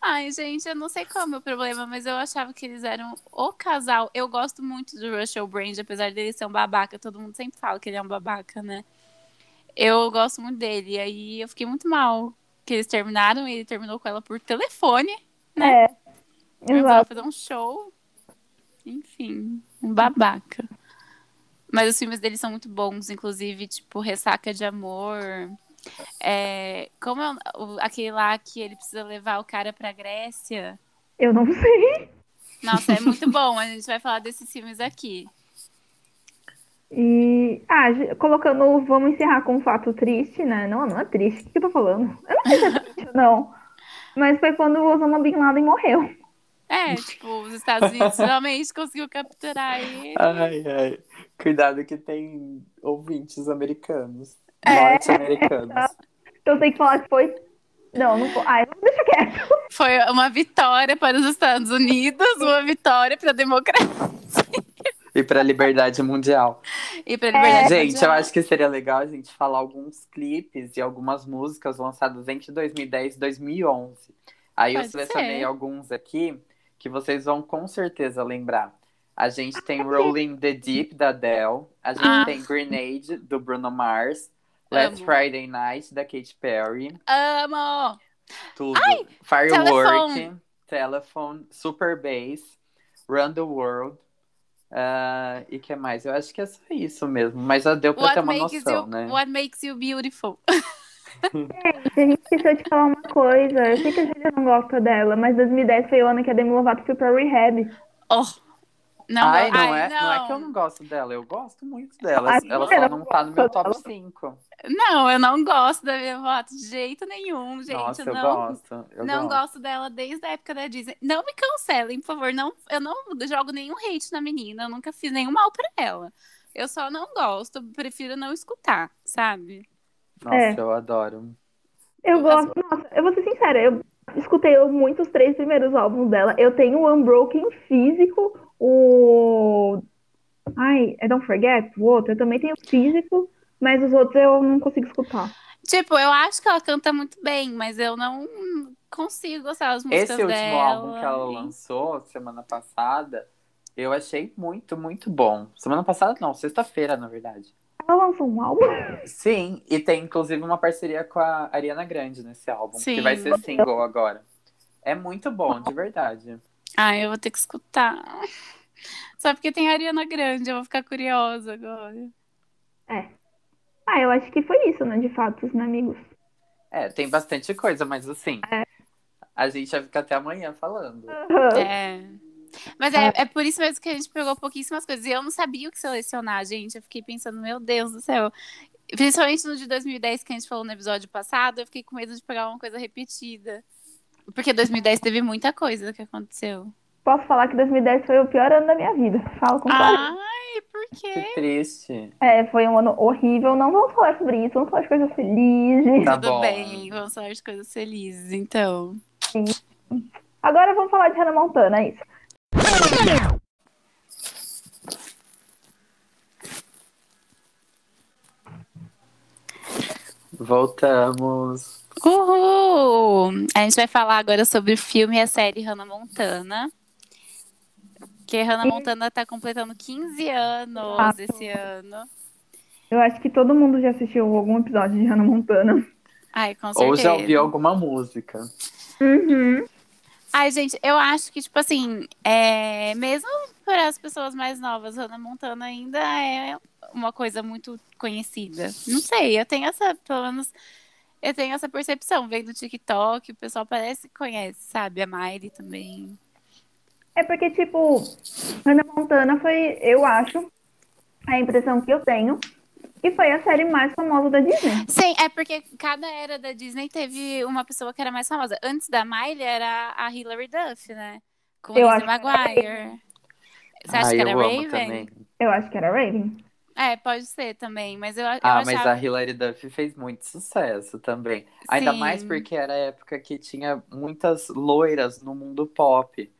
Ai, gente, eu não sei qual é o meu problema, mas eu achava que eles eram o casal. Eu gosto muito do Russell Brand, apesar dele ser um babaca. Todo mundo sempre fala que ele é um babaca, né? Eu gosto muito dele. E aí eu fiquei muito mal que eles terminaram. Ele terminou com ela por telefone.
É.
Ela
Exato.
fazer um show. Enfim, um babaca. Mas os filmes dele são muito bons, inclusive, tipo, Ressaca de Amor. É, como é o- o- aquele lá que ele precisa levar o cara pra Grécia.
Eu não sei.
Nossa, é muito bom. A gente vai falar desses filmes aqui.
E. Ah, Ju- colocando. Vamos encerrar com um fato triste, né? Não, não é triste. O que eu tô falando? Eu não sei se é triste ou não. Mas foi quando o Osama Bin Laden morreu.
É, tipo, os Estados Unidos finalmente conseguiu capturar ele.
Ai, ai. Cuidado que tem ouvintes americanos.
É.
Norte-americanos.
Então tem que falar que foi. Não, não foi. Ai, deixa quieto.
Foi uma vitória para os Estados Unidos, uma vitória para a democracia
e pra liberdade mundial.
e para a É, liberdade.
É, Gente, eu
mundial.
acho que seria legal a gente falar alguns clipes e algumas músicas lançadas entre 2010 e 2011. Aí eu
Pode
selecionei
ser.
alguns aqui que vocês vão com certeza lembrar. A gente tem Rolling the Deep da Adele, a gente
Ah.
tem Grenade do Bruno Mars, Last
Amo.
Friday Night da Katy Perry,
Amo!
tudo, Firework,
Telephone.
Telephone, Super Bass, Run the World. ah, e que mais? Eu acho que é só isso mesmo, mas já deu pra ter
What
uma
makes,
noção,
you,
né?
what makes you beautiful?
Gente, a gente esqueceu de falar uma coisa. Eu sei que a Julia não gosta dela, mas 2010 foi o ano que a Demi Lovato foi pra Rehab.
Oh, Não,
ai, não,
ai,
é, não. é que eu não gosto dela, eu gosto muito dela.
Ai,
ela
eu
só
não
não tá no meu
gosto
top
dela.
5.
Não, eu não gosto da minha voto de jeito nenhum, gente.
Nossa,
eu
eu
não,
gosto. Eu
não
gosto.
gosto dela desde a época da Disney. Não me cancelem, por favor. Não, eu não jogo nenhum hate na menina. Eu nunca fiz nenhum mal pra ela. Eu só não gosto, prefiro não escutar, sabe?
Nossa,
É.
eu adoro.
Eu gosto, nossa, eu vou ser sincera, eu escutei muito os três primeiros álbuns dela. Eu tenho o Unbroken físico, o. Ai, é Don't Forget, o outro. Eu também tenho físico, mas os outros eu não consigo escutar.
Tipo, eu acho que ela canta muito bem, mas eu não consigo gostar das músicas
Esse é último
dela.
álbum que ela lançou semana passada, eu achei muito, muito bom. Semana passada não, sexta-feira, na verdade.
Ela lançou um álbum?
Sim, e tem inclusive uma parceria com a Ariana Grande nesse álbum,
Sim.
que vai ser single agora. É muito bom, de verdade.
Ah, eu vou ter que escutar. Só porque tem a Ariana Grande, eu vou ficar curiosa agora.
Ah, eu acho que foi isso, né? De fato, os amigos.
É, tem bastante coisa, mas assim, a gente vai ficar até amanhã falando.
É. Mas é, é por isso mesmo que a gente pegou pouquíssimas coisas. E eu não sabia o que selecionar, gente. Eu fiquei pensando, meu Deus do céu. Principalmente no de 2010 que a gente falou no episódio passado, eu fiquei com medo de pegar uma coisa repetida. Porque 2010 teve muita coisa que aconteceu.
Posso falar que 2010 foi o pior ano da minha vida. Falo
Ah.
com clareza.
Ai, por quê?
Que triste.
É, foi um ano horrível. Não vamos falar sobre isso, vamos falar de coisas felizes.
Tá
Tudo
bom.
bem, vamos falar de coisas felizes, então.
Agora vamos falar de Hannah Montana, é isso.
Voltamos.
Uhul! A gente vai falar agora sobre o filme e a série Hannah Montana. Que Hannah Montana tá completando 15 anos
Ah.
esse ano.
Eu acho que todo mundo já assistiu algum episódio de Hannah Montana.
Ai, com certeza.
Ou já ouvi alguma música.
Uhum.
Ai, gente, eu acho que, tipo assim, é... mesmo para as pessoas mais novas, Hannah Montana ainda é uma coisa muito conhecida. Não sei, eu tenho essa, pelo menos, eu tenho essa percepção. Vendo o TikTok, o pessoal parece que conhece, sabe? A Miley também.
É porque, tipo, Hannah Montana foi, eu acho, a impressão que eu tenho, que foi a série mais famosa da Disney.
Sim, é porque cada era da Disney teve uma pessoa que era mais famosa. Antes da Miley era a Hilary Duff, né? Com
Eu
Lizzie
acho que
Maguire. Você acha
ah,
que
eu
era
amo
Raven?
também.
Eu acho que era Raven.
É, pode ser também, mas eu, eu
Ah,
achava...
mas a Hilary Duff fez muito sucesso também. Ainda
Sim.
mais porque era a época que tinha muitas loiras no mundo pop.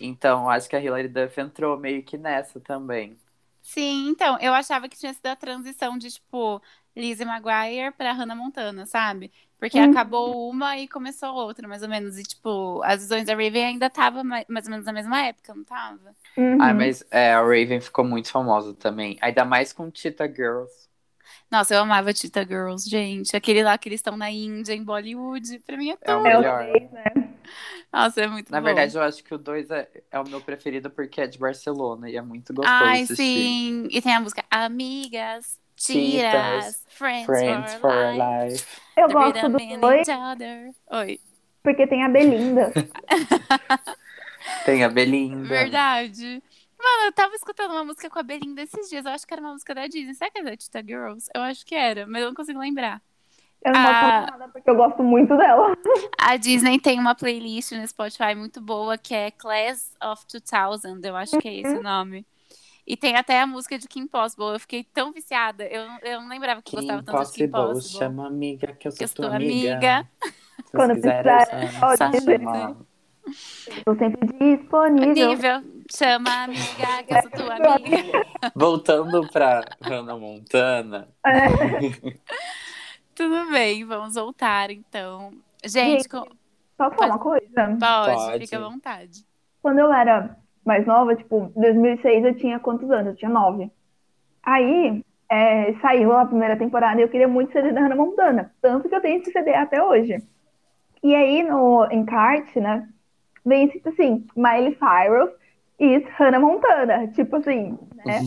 Então, acho que a Hilary Duff entrou meio que nessa também.
Sim, então, eu achava que tinha sido a transição de, tipo, Lizzie Maguire pra Hannah Montana, sabe? Porque
Uhum.
acabou uma e começou outra, mais ou menos. E, tipo, as visões da Raven ainda tava ma- mais ou menos na mesma época, não tava?
Uhum.
Ah, mas é, a Raven ficou muito famosa também. Ainda mais com Cheetah Girls.
Nossa, eu amava Cheetah Girls, gente. Aquele lá que eles estão na Índia, em Bollywood. Pra mim é
É o
tudo.
melhor.
três, né?
Nossa, é muito
Na
bom.
verdade, eu acho que o 2 é, é o meu preferido porque é de Barcelona e é muito gostoso
Ai,
assistir.
sim. E tem a música Amigas, Tiras,
Cheetahs,
Friends,
Friends
for,
for
Life.
Life.
Eu
the
gosto
rhythm
dos
and
dois,
each other. Oi.
porque tem a Belinda.
Tem a Belinda.
Verdade. Mano, eu tava escutando uma música com a Belinda esses dias. Eu acho que era uma música da Disney. Será que é da Cheetah Girls? Eu acho que era, mas eu não consigo lembrar.
Eu não posso
Ah.
falar nada porque eu gosto muito dela.
A Disney tem uma playlist no Spotify muito boa que é Class of 2000. Eu acho que é esse o nome. E tem até a música de Kim Possible. Eu fiquei tão viciada. Eu, eu não lembrava que eu gostava tanto de Kim
Impossible,
Possible.
chama amiga que eu sou
Eu sou
tua amiga.
amiga.
Se
Quando
quiser,
precisar,
é só-
pode
só
dizer.
chamar.
Estou sempre disponível.
Nível, chama a amiga, que eu sou tua amiga.
Voltando pra Hannah Montana,
É.
Tudo bem, vamos voltar então. Gente,
Gente,
com-
Só falar uma coisa.
pode,
pode.
fica à vontade.
quando eu era mais nova, tipo, 2006 eu tinha quantos anos? Eu tinha nove. Aí é, saiu a primeira temporada e eu queria muito CD da Hannah Montana, tanto que eu tenho esse CD até hoje. E aí no encarte, né, vem escrito assim, Miley Cyrus e Hannah Montana, tipo assim, né?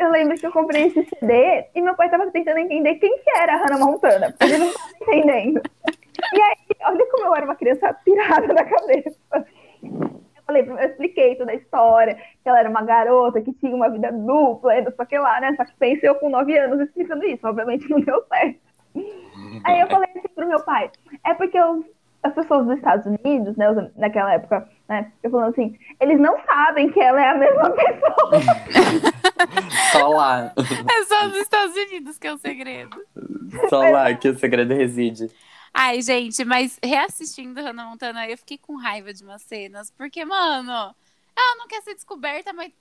Eu lembro que eu comprei esse CD e meu pai tava tentando entender quem que era a Hannah Montana. porque Ele não tava entendendo. E aí, olha como eu era uma criança pirada da cabeça. Eu falei, eu expliquei toda a história, que ela era uma garota que tinha uma vida dupla, e não sei o que lá, né? Só que pensei eu com 9 anos explicando isso, obviamente não deu certo. Aí eu falei assim pro meu pai, é porque os- as pessoas dos Estados Unidos, né, os- naquela época, né, eu falando assim, eles não sabem que ela é a mesma pessoa.
Só lá.
É só nos Estados Unidos que é o segredo.
Só lá que o segredo reside.
Ai, gente, mas reassistindo Hannah Montana, eu fiquei com raiva de umas cenas. Porque, mano, ela não quer ser descoberta, mas,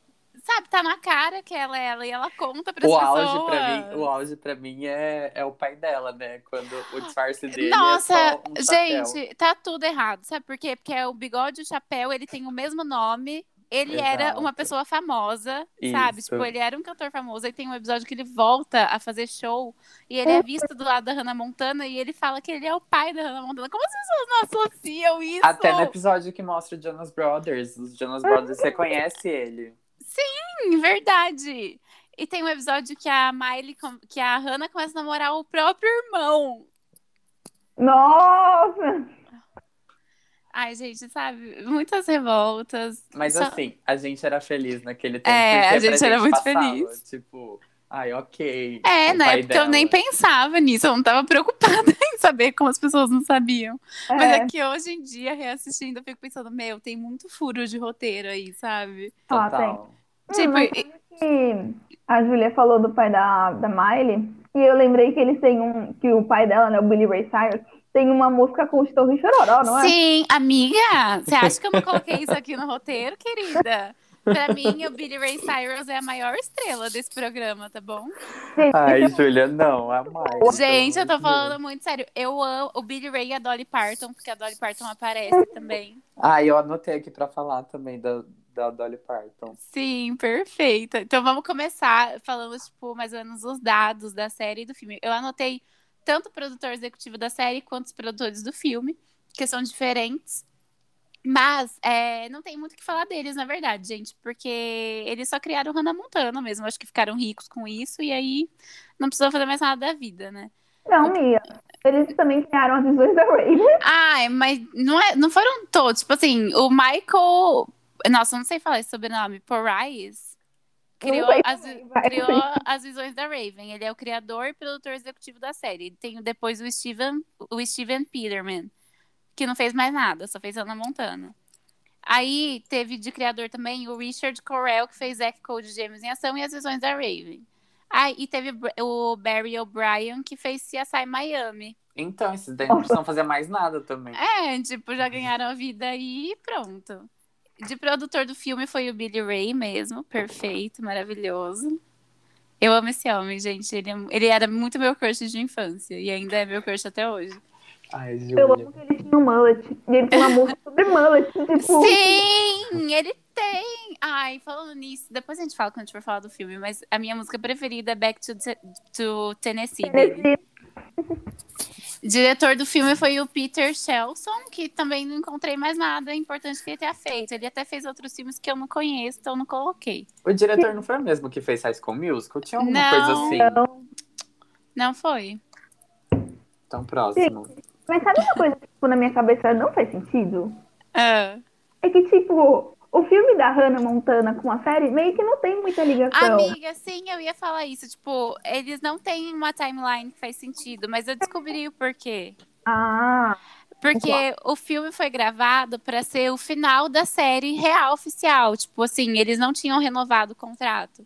sabe, tá na cara que ela é ela e ela conta pras
O
pessoas.
auge, pra mim, o auge pra mim é, é o pai dela, né? Quando o disfarce dele
Nossa,
é só um chapéu.
gente, tá tudo errado. Sabe por quê? Porque é o bigode e o chapéu, ele tem o mesmo nome. Ele era
Exato.
uma pessoa famosa, sabe?
Isso.
Tipo, ele era um cantor famoso. Aí tem um episódio que ele volta a fazer show e ele é visto do lado da Hannah Montana e ele fala que ele é o pai da Hannah Montana. Como as pessoas não associam isso?
Até né, no episódio que mostra o Jonas Brothers. Os Jonas Brothers, você conhece ele.
Sim, verdade. E tem um episódio que a Miley, com- que a Hannah começa a namorar o próprio irmão.
Nossa!
Ai, gente, sabe? Muitas revoltas.
Mas
Só-
assim, a gente era feliz naquele tempo.
É,
porque
a gente
pra
era muito
passava,
feliz.
Tipo, ai, ok.
É,
o
na
pai
época eu nem
dela.
pensava nisso, eu não tava preocupada em saber como as pessoas não sabiam. Mas
É,
é que hoje em dia, reassistindo, eu fico pensando, meu, tem muito furo de roteiro aí, sabe?
Ah,
Total.
tipo,
mas é,
e-
que a Julia falou do pai da, da Miley, e eu lembrei que eles têm um. que o pai dela, né, o Billy Ray Cyrus, tem uma música com o Chitãozinho e Chororó, não é?
Sim, amiga, você acha que eu não coloquei isso aqui no roteiro, querida? Pra mim, o Billy Ray Cyrus é a maior estrela desse programa, tá bom?
Ai, Júlia, não, a mais.
Gente, eu tô falando muito sério. Eu amo o Billy Ray e a Dolly Parton, porque a Dolly Parton aparece também.
Ah, eu anotei aqui pra falar também da, da Dolly Parton.
Sim, perfeita. Então vamos começar falando, tipo, mais ou menos os dados da série e do filme. Eu anotei tanto o produtor executivo da série quanto os produtores do filme, que são diferentes. Mas é, não tem muito o que falar deles, na verdade, gente, porque eles só criaram Hannah Montana mesmo. Acho que ficaram ricos com isso e aí não precisou fazer mais nada da vida, né?
Não, Mia. Eles também criaram as visões da Raven.
Ai, mas não, é, não foram todos. Tipo assim, o Michael. Nossa, eu não sei falar esse sobrenome. Porrais. Criou,
Não sei
as,
também, vai. assim.
criou as visões da Raven. Ele é o criador e produtor executivo da série. Tem depois o Steven, o Steven Peterman, que não fez mais nada, só fez Ana Montana. Aí teve de criador também o Richard Corell, que fez Zack Code Gêmeos em Ação e as visões da Raven. Aí e teve o Barry O'Brien, que fez CSI Miami.
Então, esses daí não precisam fazer mais nada também.
É, tipo, já ganharam a vida e pronto. De produtor do filme foi o Billy Ray mesmo, perfeito, maravilhoso. Eu amo esse homem, gente. Ele, é- ele era muito meu crush de infância e ainda é meu crush até hoje.
Ai,
Eu
Júlia.
amo que ele tinha um mullet. E ele tinha uma música sobre mullet. Tipo,
Sim, ele tem! Ai, falando nisso, depois a gente fala quando a gente for falar do filme, mas a minha música preferida é Back to, Te- to Tennessee dele.
nesse-
Diretor do filme foi o Peter Shelson, que também não encontrei mais nada importante que ele tenha feito. Ele até fez outros filmes que eu não conheço, então não coloquei.
O diretor não foi o mesmo que fez High School Musical? Tinha alguma
Não.
coisa assim,
Então,
Não foi.
tão próximo.
Mas sabe uma coisa que tipo, na minha cabeça não faz sentido?
Ah.
É que, tipo, o filme da Hannah Montana com a série meio que não tem muita ligação.
Amiga, sim, eu ia falar isso. Tipo, eles não têm uma timeline que faz sentido, mas eu descobri o porquê.
Ah,
Porque o filme foi gravado para ser o final da série real oficial. Tipo assim, eles não tinham renovado o contrato.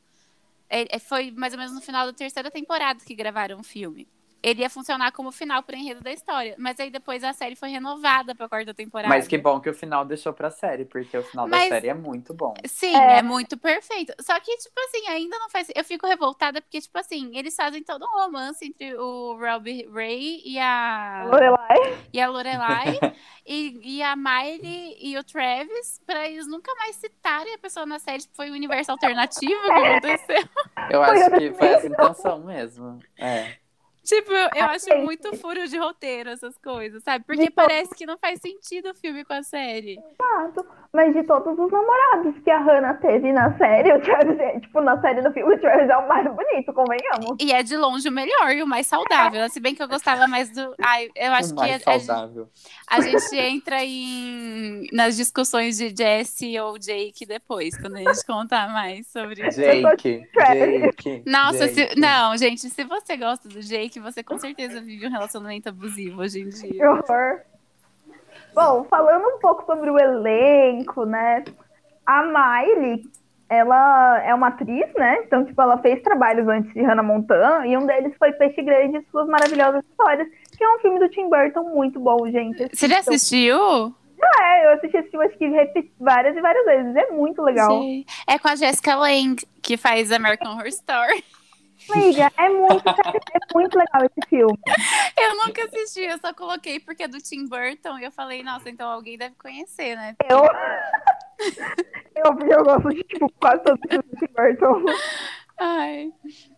É- é- Foi mais ou menos no final da terceira temporada que gravaram o filme. Ele ia funcionar como final pro enredo da história. Mas aí depois a série foi renovada pra quarta temporada.
Mas que bom que o final deixou pra série, porque o final
Mas-
da série é muito bom.
Sim, é.
É.
muito perfeito. Só que, tipo assim, ainda não faz. Eu fico revoltada porque, tipo assim, eles fazem todo um romance entre o Robbie Ray e a.
Lorelai.
e a Lorelai e, e a Miley e o Travis pra eles nunca mais citarem a pessoa na série. Tipo, foi um universo alternativo que aconteceu.
Eu
Foi
acho
outra
que foi essa intenção mesmo. É.
Tipo, eu, eu acho muito furo de roteiro essas coisas, sabe? Porque
Então-
parece que não faz sentido o filme com a série.
Exato. Mas de todos os namorados que a Hannah teve na série, o Travis é, tipo, na série do filme, o Travis é o mais bonito, convenhamos.
E é de longe o melhor e o mais saudável. né? Se bem que eu gostava mais do. Ai, eu acho
o
que
um
é-
mais
a, a gente-
saudável.
a gente entra em nas discussões de Jesse ou Jake depois, quando a gente contar mais sobre isso.
Jake,
Travis.
Jake.
Nossa, se-
Jake.
não, gente, se você gosta do Jake, você com certeza vive um relacionamento abusivo hoje em
Que
dia.
horror. Bom, falando um pouco sobre o elenco, né? A Miley, ela é uma atriz, né? Então, tipo, ela fez trabalhos antes de Hannah Montana, e um deles foi Peixe Grande e Suas Maravilhosas Histórias, que é um filme do Tim Burton muito bom, gente.
Você já
Assistam.
assistiu?
É, eu assisti esse filme, acho que repeti várias e várias vezes. É muito legal.
Sei. É com a Jessica Lange, que faz American Horror Story.
Amiga, é muito, é muito legal esse filme.
Eu nunca assisti, eu só coloquei porque é do Tim Burton e eu falei, nossa, então alguém deve conhecer, né?
Eu. Eu, porque eu gosto de, tipo, quase todos os filmes do Tim Burton.
Ai.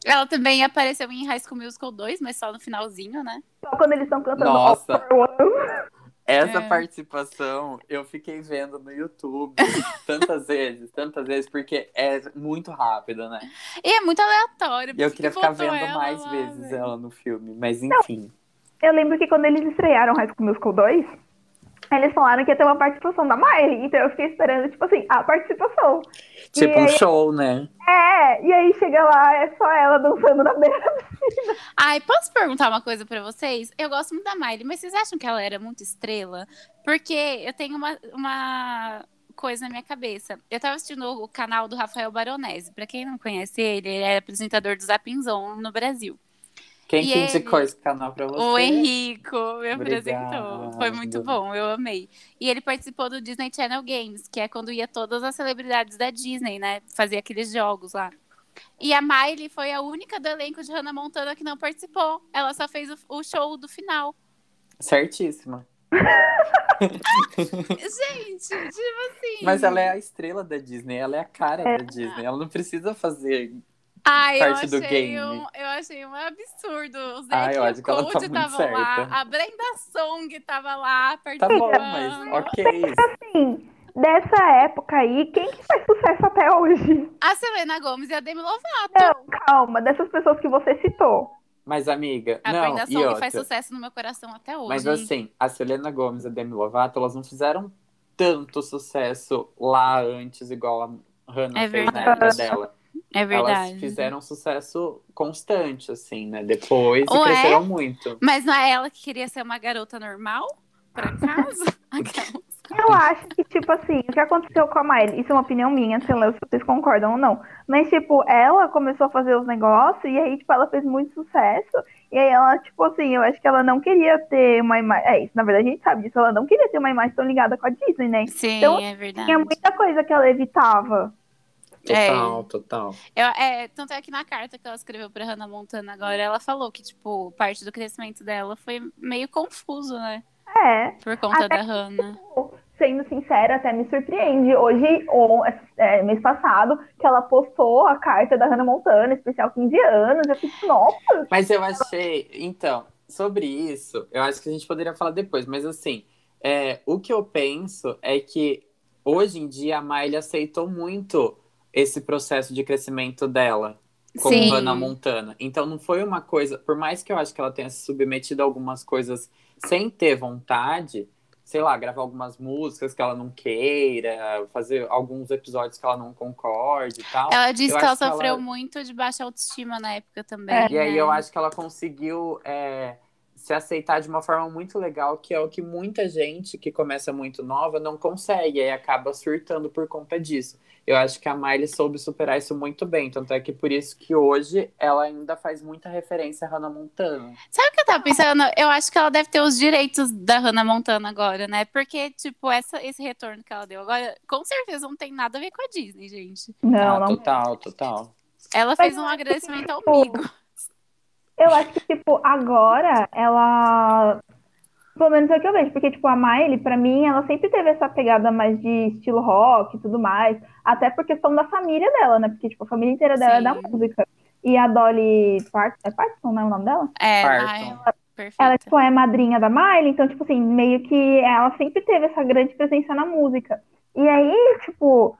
Ela também apareceu em High School Musical 2, mas só no finalzinho, né?
Só quando eles estão cantando
Nossa.
All For One.
Essa
É.
participação eu fiquei vendo no YouTube tantas vezes, tantas vezes, porque é muito rápida, né?
E é muito aleatório.
E eu
por que
queria
que
ficar
botou
vendo
ela
mais
lá,
vezes
velho?
ela no filme, mas enfim.
Eu lembro que quando eles estrearam High School Musical 2, eles falaram que ia ter uma participação da Miley. Então eu fiquei esperando, tipo assim, a participação.
Tipo um
aí-
show, né?
É, e aí chega lá, é só ela dançando na beira.
Ai, posso perguntar uma coisa pra vocês? Eu gosto muito da Miley, mas vocês acham que ela era muito estrela? Porque eu tenho uma, uma coisa na minha cabeça. Eu tava assistindo o canal do Rafael Baronese. Pra quem não conhece ele, ele é apresentador do Zapinzon no Brasil.
Quem
E
que indicou
ele?
esse canal pra você?
O Henrico me apresentou.
Obrigado.
Foi muito bom, eu amei. E ele participou do Disney Channel Games, que é quando ia todas as celebridades da Disney, né? Fazer aqueles jogos lá. E a Miley foi a única do elenco de Hannah Montana que não participou. Ela só fez o, o show do final.
Certíssima.
Gente, tipo assim.
Mas ela é a estrela da Disney, ela é a cara
É.
da Disney. Ela não precisa fazer.
Ai, eu
parte do
achei
game.
um- eu achei um absurdo. O Zé
Ai, eu
e
acho
o
que ela tá
Cold
muito
estavam
certa.
lá. A Brenda Song tava lá
Tá
participando.
bom, mas ok.
Assim, dessa época aí, quem que faz sucesso até hoje?
A Selena Gomes e a Demi Lovato.
É,
Não, calma, dessas pessoas que você citou.
Mas, amiga,
A
não,
Brenda
e
Song
outra.
faz sucesso no meu coração até hoje.
Mas
hein?
assim, a Selena Gomes e a Demi Lovato, elas não fizeram tanto sucesso lá antes, igual a Hannah
É
fez na
verdade.
época dela.
é verdade.
Elas fizeram sucesso constante, assim, né? Depois e
Ué?
cresceram muito.
Mas não é ela que queria ser uma garota normal? Por acaso? Aquela-
Eu acho que, tipo assim, o que aconteceu com a Miley, isso é uma opinião minha, sei lá se vocês concordam ou não. Mas, tipo, ela começou a fazer os negócios e aí, tipo, ela fez muito sucesso. E aí ela, tipo assim, eu acho que ela não queria ter uma imagem. É isso, na verdade a gente sabe disso, ela não queria ter uma imagem tão ligada com a Disney, né?
Sim,
Então,
é verdade.
Tinha muita coisa que ela evitava.
É.
Total, total.
Eu- é, tanto é que na carta que ela escreveu pra Hannah Montana agora, ela falou que, tipo, parte do crescimento dela foi meio confuso, né?
É.
Por conta
Até
da Hannah.
Sendo sincera, até me surpreende. Hoje, ou é, mês passado, que ela postou a carta da Hannah Montana, especial 15 anos. Eu fiquei, nossa,
Mas eu achei. Então, sobre isso, eu acho que a gente poderia falar depois, mas assim, é, o que eu penso é que hoje em dia a Miley aceitou muito esse processo de crescimento dela com
Sim.
Hannah Montana. Então não foi uma coisa, por mais que eu acho que ela tenha se submetido a algumas coisas sem ter vontade, sei lá, gravar algumas músicas que ela não queira, fazer alguns episódios que ela não concorde e tal.
Ela disse
Eu
que ela
acho que ela-
sofreu muito de baixa autoestima na época também.
É.
E aí
né?
eu acho que ela conseguiu é, se aceitar de uma forma muito legal, que é o que muita gente que começa muito nova não consegue, e aí acaba surtando por conta disso. Eu acho que a Miley soube superar isso muito bem, tanto é que por isso que hoje ela ainda faz muita referência a Hannah Montana.
Sabe o que eu tava pensando? Eu acho que ela deve ter os direitos da Hannah Montana agora, né? Porque, tipo, essa, esse retorno que ela deu agora, com certeza não tem nada a ver com a Disney, gente.
não,
Ah,
não
Total, total.
Ela fez
eu
um
acho que,
agradecimento ao
tipo,
amigo.
Eu acho que, tipo, agora ela. Pelo menos é o que eu vejo, porque, tipo, a Miley, pra mim, ela sempre teve essa pegada mais de estilo rock e tudo mais, até por questão da família dela, né? Porque, tipo, a família inteira dela é da
Sim.
música. E a Dolly Parton, é Parton, não é o nome dela?
É,
Parton.
ai,
Ela,
perfeito.
tipo, é madrinha da Miley, então, tipo assim, meio que ela sempre teve essa grande presença na música. E aí, tipo,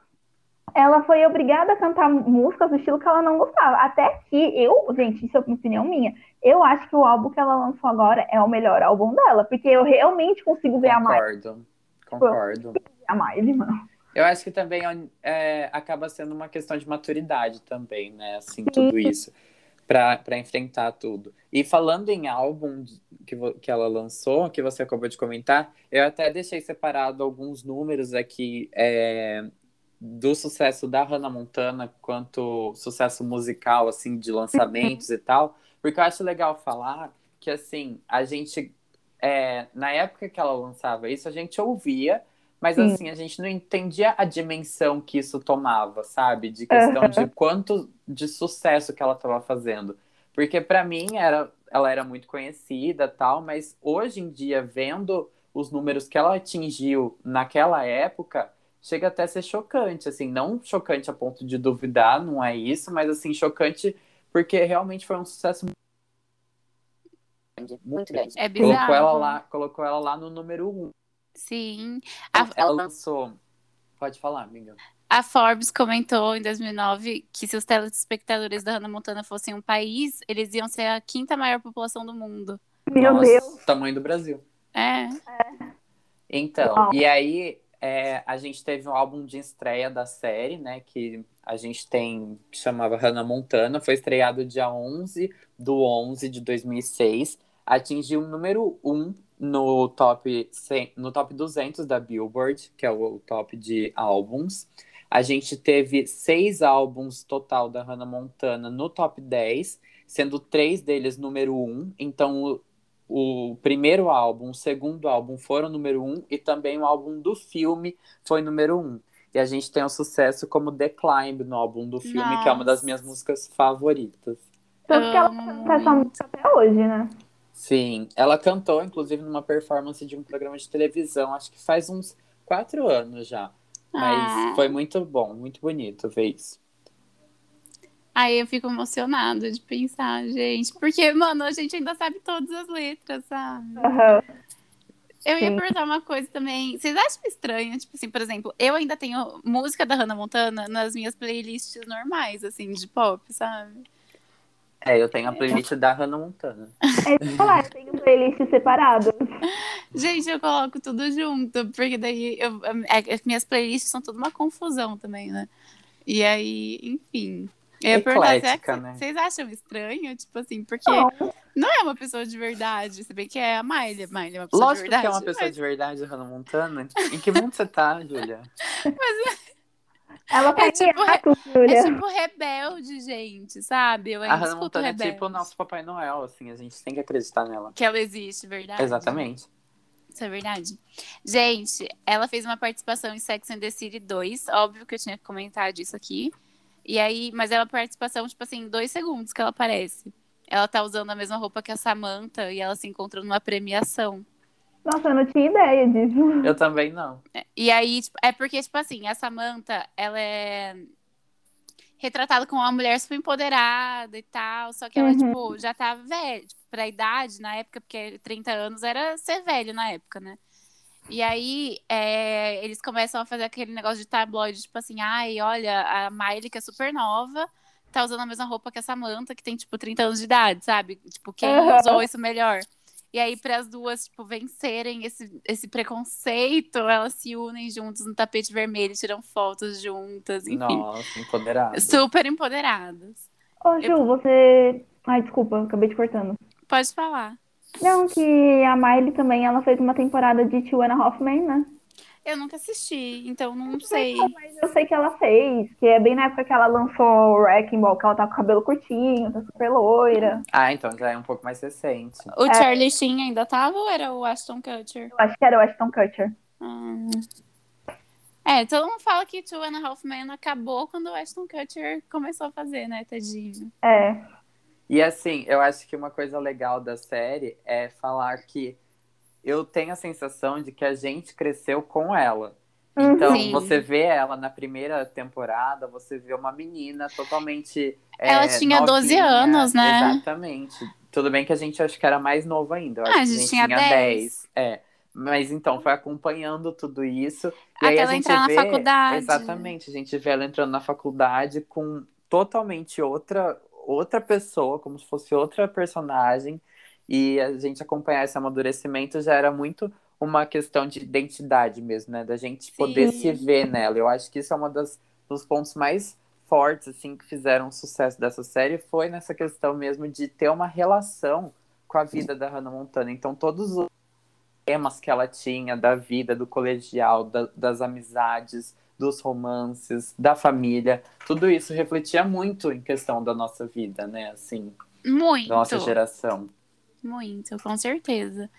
ela foi obrigada a cantar músicas do estilo que ela não gostava. Até que eu, gente, isso é uma opinião minha, eu acho que o álbum que ela lançou agora é o melhor álbum dela, porque eu realmente consigo ver é a Miley,
Concordo. Concordo.
a Miley, mano.
Eu acho que também é, acaba sendo uma questão de maturidade também, né? Assim, tudo isso. Pra, pra enfrentar tudo. E falando em álbum de- que, vo- que ela lançou, que você acabou de comentar, eu até deixei separado alguns números aqui é, do sucesso da Hannah Montana quanto sucesso musical, assim, de lançamentos e tal. Porque eu acho legal falar que, assim, a gente... é, na época que ela lançava isso, a gente ouvia, mas
Sim.
assim, a gente não entendia a dimensão que isso tomava, sabe? De questão de quanto de sucesso que ela estava fazendo. Porque pra mim era, ela era muito conhecida tal, mas hoje em dia, vendo os números que ela atingiu naquela época, chega até a ser chocante, assim, não chocante a ponto de duvidar, não é isso, mas assim, chocante porque realmente foi um sucesso
grande, muito grande.
É bizarro.
colocou
né?
ela lá, colocou ela lá no número um.
Sim.
Ah,
A,
Ela lançou. Pode falar, amiga.
a Forbes comentou em 2009 que se os telespectadores da Hannah Montana fossem um país, eles iam ser a quinta maior população do mundo.
Meu
Nossa,
Deus.
Tamanho do Brasil.
É.
Então,
Uau.
e aí é, a gente teve um álbum de estreia da série, né? Que a gente tem, que chamava Hannah Montana. Foi estreado dia 11 do 11 de 2006. Atingiu o número 1 no top, 100, no top 200 da Billboard, que é o top de álbuns. A gente teve seis álbuns total da Hannah Montana no top 10, sendo três deles número 1. Então, o- o primeiro álbum, o segundo álbum foram número um e também o álbum do filme foi número um. E a gente tem um sucesso como The Climb no álbum do filme, que é uma das
Nossa.
minhas músicas favoritas.
Tanto que ela
Amo
canta essa música até hoje, né?
Sim, ela cantou, inclusive, numa performance de um programa de televisão, acho que faz uns quatro anos já. Mas
Ah.
foi muito bom, muito bonito ver isso.
Aí eu fico emocionada de pensar, gente. Porque, mano, a gente ainda sabe todas as letras, sabe?
Aham.
Eu ia
Sim.
perguntar uma coisa também. Vocês acham estranho? Tipo assim, por exemplo, eu ainda tenho música da Hannah Montana nas minhas playlists normais, assim, de pop, sabe?
É, eu tenho a playlist da Hannah Montana.
É isso que eu ia falar, eu tenho playlist separado.
Gente, eu coloco tudo junto, porque daí eu, é- é que minhas playlists são tudo uma confusão também, né? E aí, enfim. Eu ia perguntar, será que
Eclética,
cê-
né?
vocês acham estranho? Tipo assim, porque
Não.
não é uma pessoa de verdade, se bem que é a Miley, a Miley é uma pessoa
Lógico
de verdade.
que é uma pessoa de verdade, Hannah Montana. Em que mundo você tá, Júlia?
Ela tá
É tipo-
em ato,
É
Júlia.
tipo rebelde, gente, sabe? Eu
A
ainda
Hannah
escuto
Montana é
rebelde.
tipo o nosso Papai Noel, assim, a gente tem que acreditar nela.
Que ela existe, verdade?
Exatamente.
Isso é verdade. Gente, ela fez uma participação em Sex and the City 2. Óbvio que eu tinha que comentar disso aqui. E aí, mas é uma participação, tipo assim, em dois segundos que ela aparece. Ela tá usando a mesma roupa que a Samantha e ela se encontra numa premiação.
Nossa, eu não tinha ideia disso.
Eu também não.
E aí, tipo, é porque, tipo assim, a Samantha, ela é retratada como uma mulher super empoderada e tal. Só que ela,
Uhum.
tipo, já tá velha. Tipo, pra idade, na época, porque 30 anos era ser velho na época, né? E aí, é, eles começam a fazer aquele negócio de tabloide, tipo assim, ai, olha, a Miley, que é super nova, tá usando a mesma roupa que a Samantha, que tem, tipo, 30 anos de idade, sabe? Tipo, quem
Aham.
usou isso melhor? E aí, para as duas, tipo, vencerem esse, esse preconceito, elas se unem juntas no tapete vermelho, tiram fotos juntas, enfim.
Nossa, empoderado.
Super empoderadas.
Ô, Ju, você. Ai, desculpa, acabei te cortando.
Pode falar.
Não, que a Miley também, ela fez uma temporada de Tijuana Hoffman, né?
Eu nunca assisti, então não sei.
Mas eu sei que ela fez, que é bem na época que ela lançou o Wrecking Ball, que ela tá com o cabelo curtinho, tá super loira.
Ah, então já é um pouco mais recente.
O Charlie Sheen ainda tava ou era o Ashton Kutcher?
Eu acho que era o Ashton Kutcher.
Hum. É, todo mundo fala que Two and a Half Men acabou quando o Ashton Kutcher começou a fazer, né, tadinho?
É.
E assim, eu acho que uma coisa legal da série é falar que eu tenho a sensação de que a gente cresceu com ela. Então,
Uhum. Sim.
você vê ela na primeira temporada, você vê uma menina totalmente. é,
Ela tinha 12 anos, né?
Exatamente. Tudo bem que a gente acho que era mais novo ainda. Eu
Ah, a
acho que
gente tinha 10.
É. Mas então, foi acompanhando tudo isso. E aí
Até
a
ela
gente
entrar
vê-
na faculdade.
Exatamente. A gente vê ela entrando na faculdade com totalmente outra, outra pessoa, como se fosse outra personagem. E a gente acompanhar esse amadurecimento já era muito uma questão de identidade mesmo, né? Da gente poder se ver nela. Eu acho que isso é uma das dos pontos mais fortes assim que fizeram o sucesso dessa série foi nessa questão mesmo de ter uma relação com a vida da Hannah Montana. Então todos os temas que ela tinha da vida, do colegial, da- das amizades, dos romances, da família, tudo isso refletia muito em questão da nossa vida, né? Assim,
Muito.
da nossa geração.
Muito, com certeza.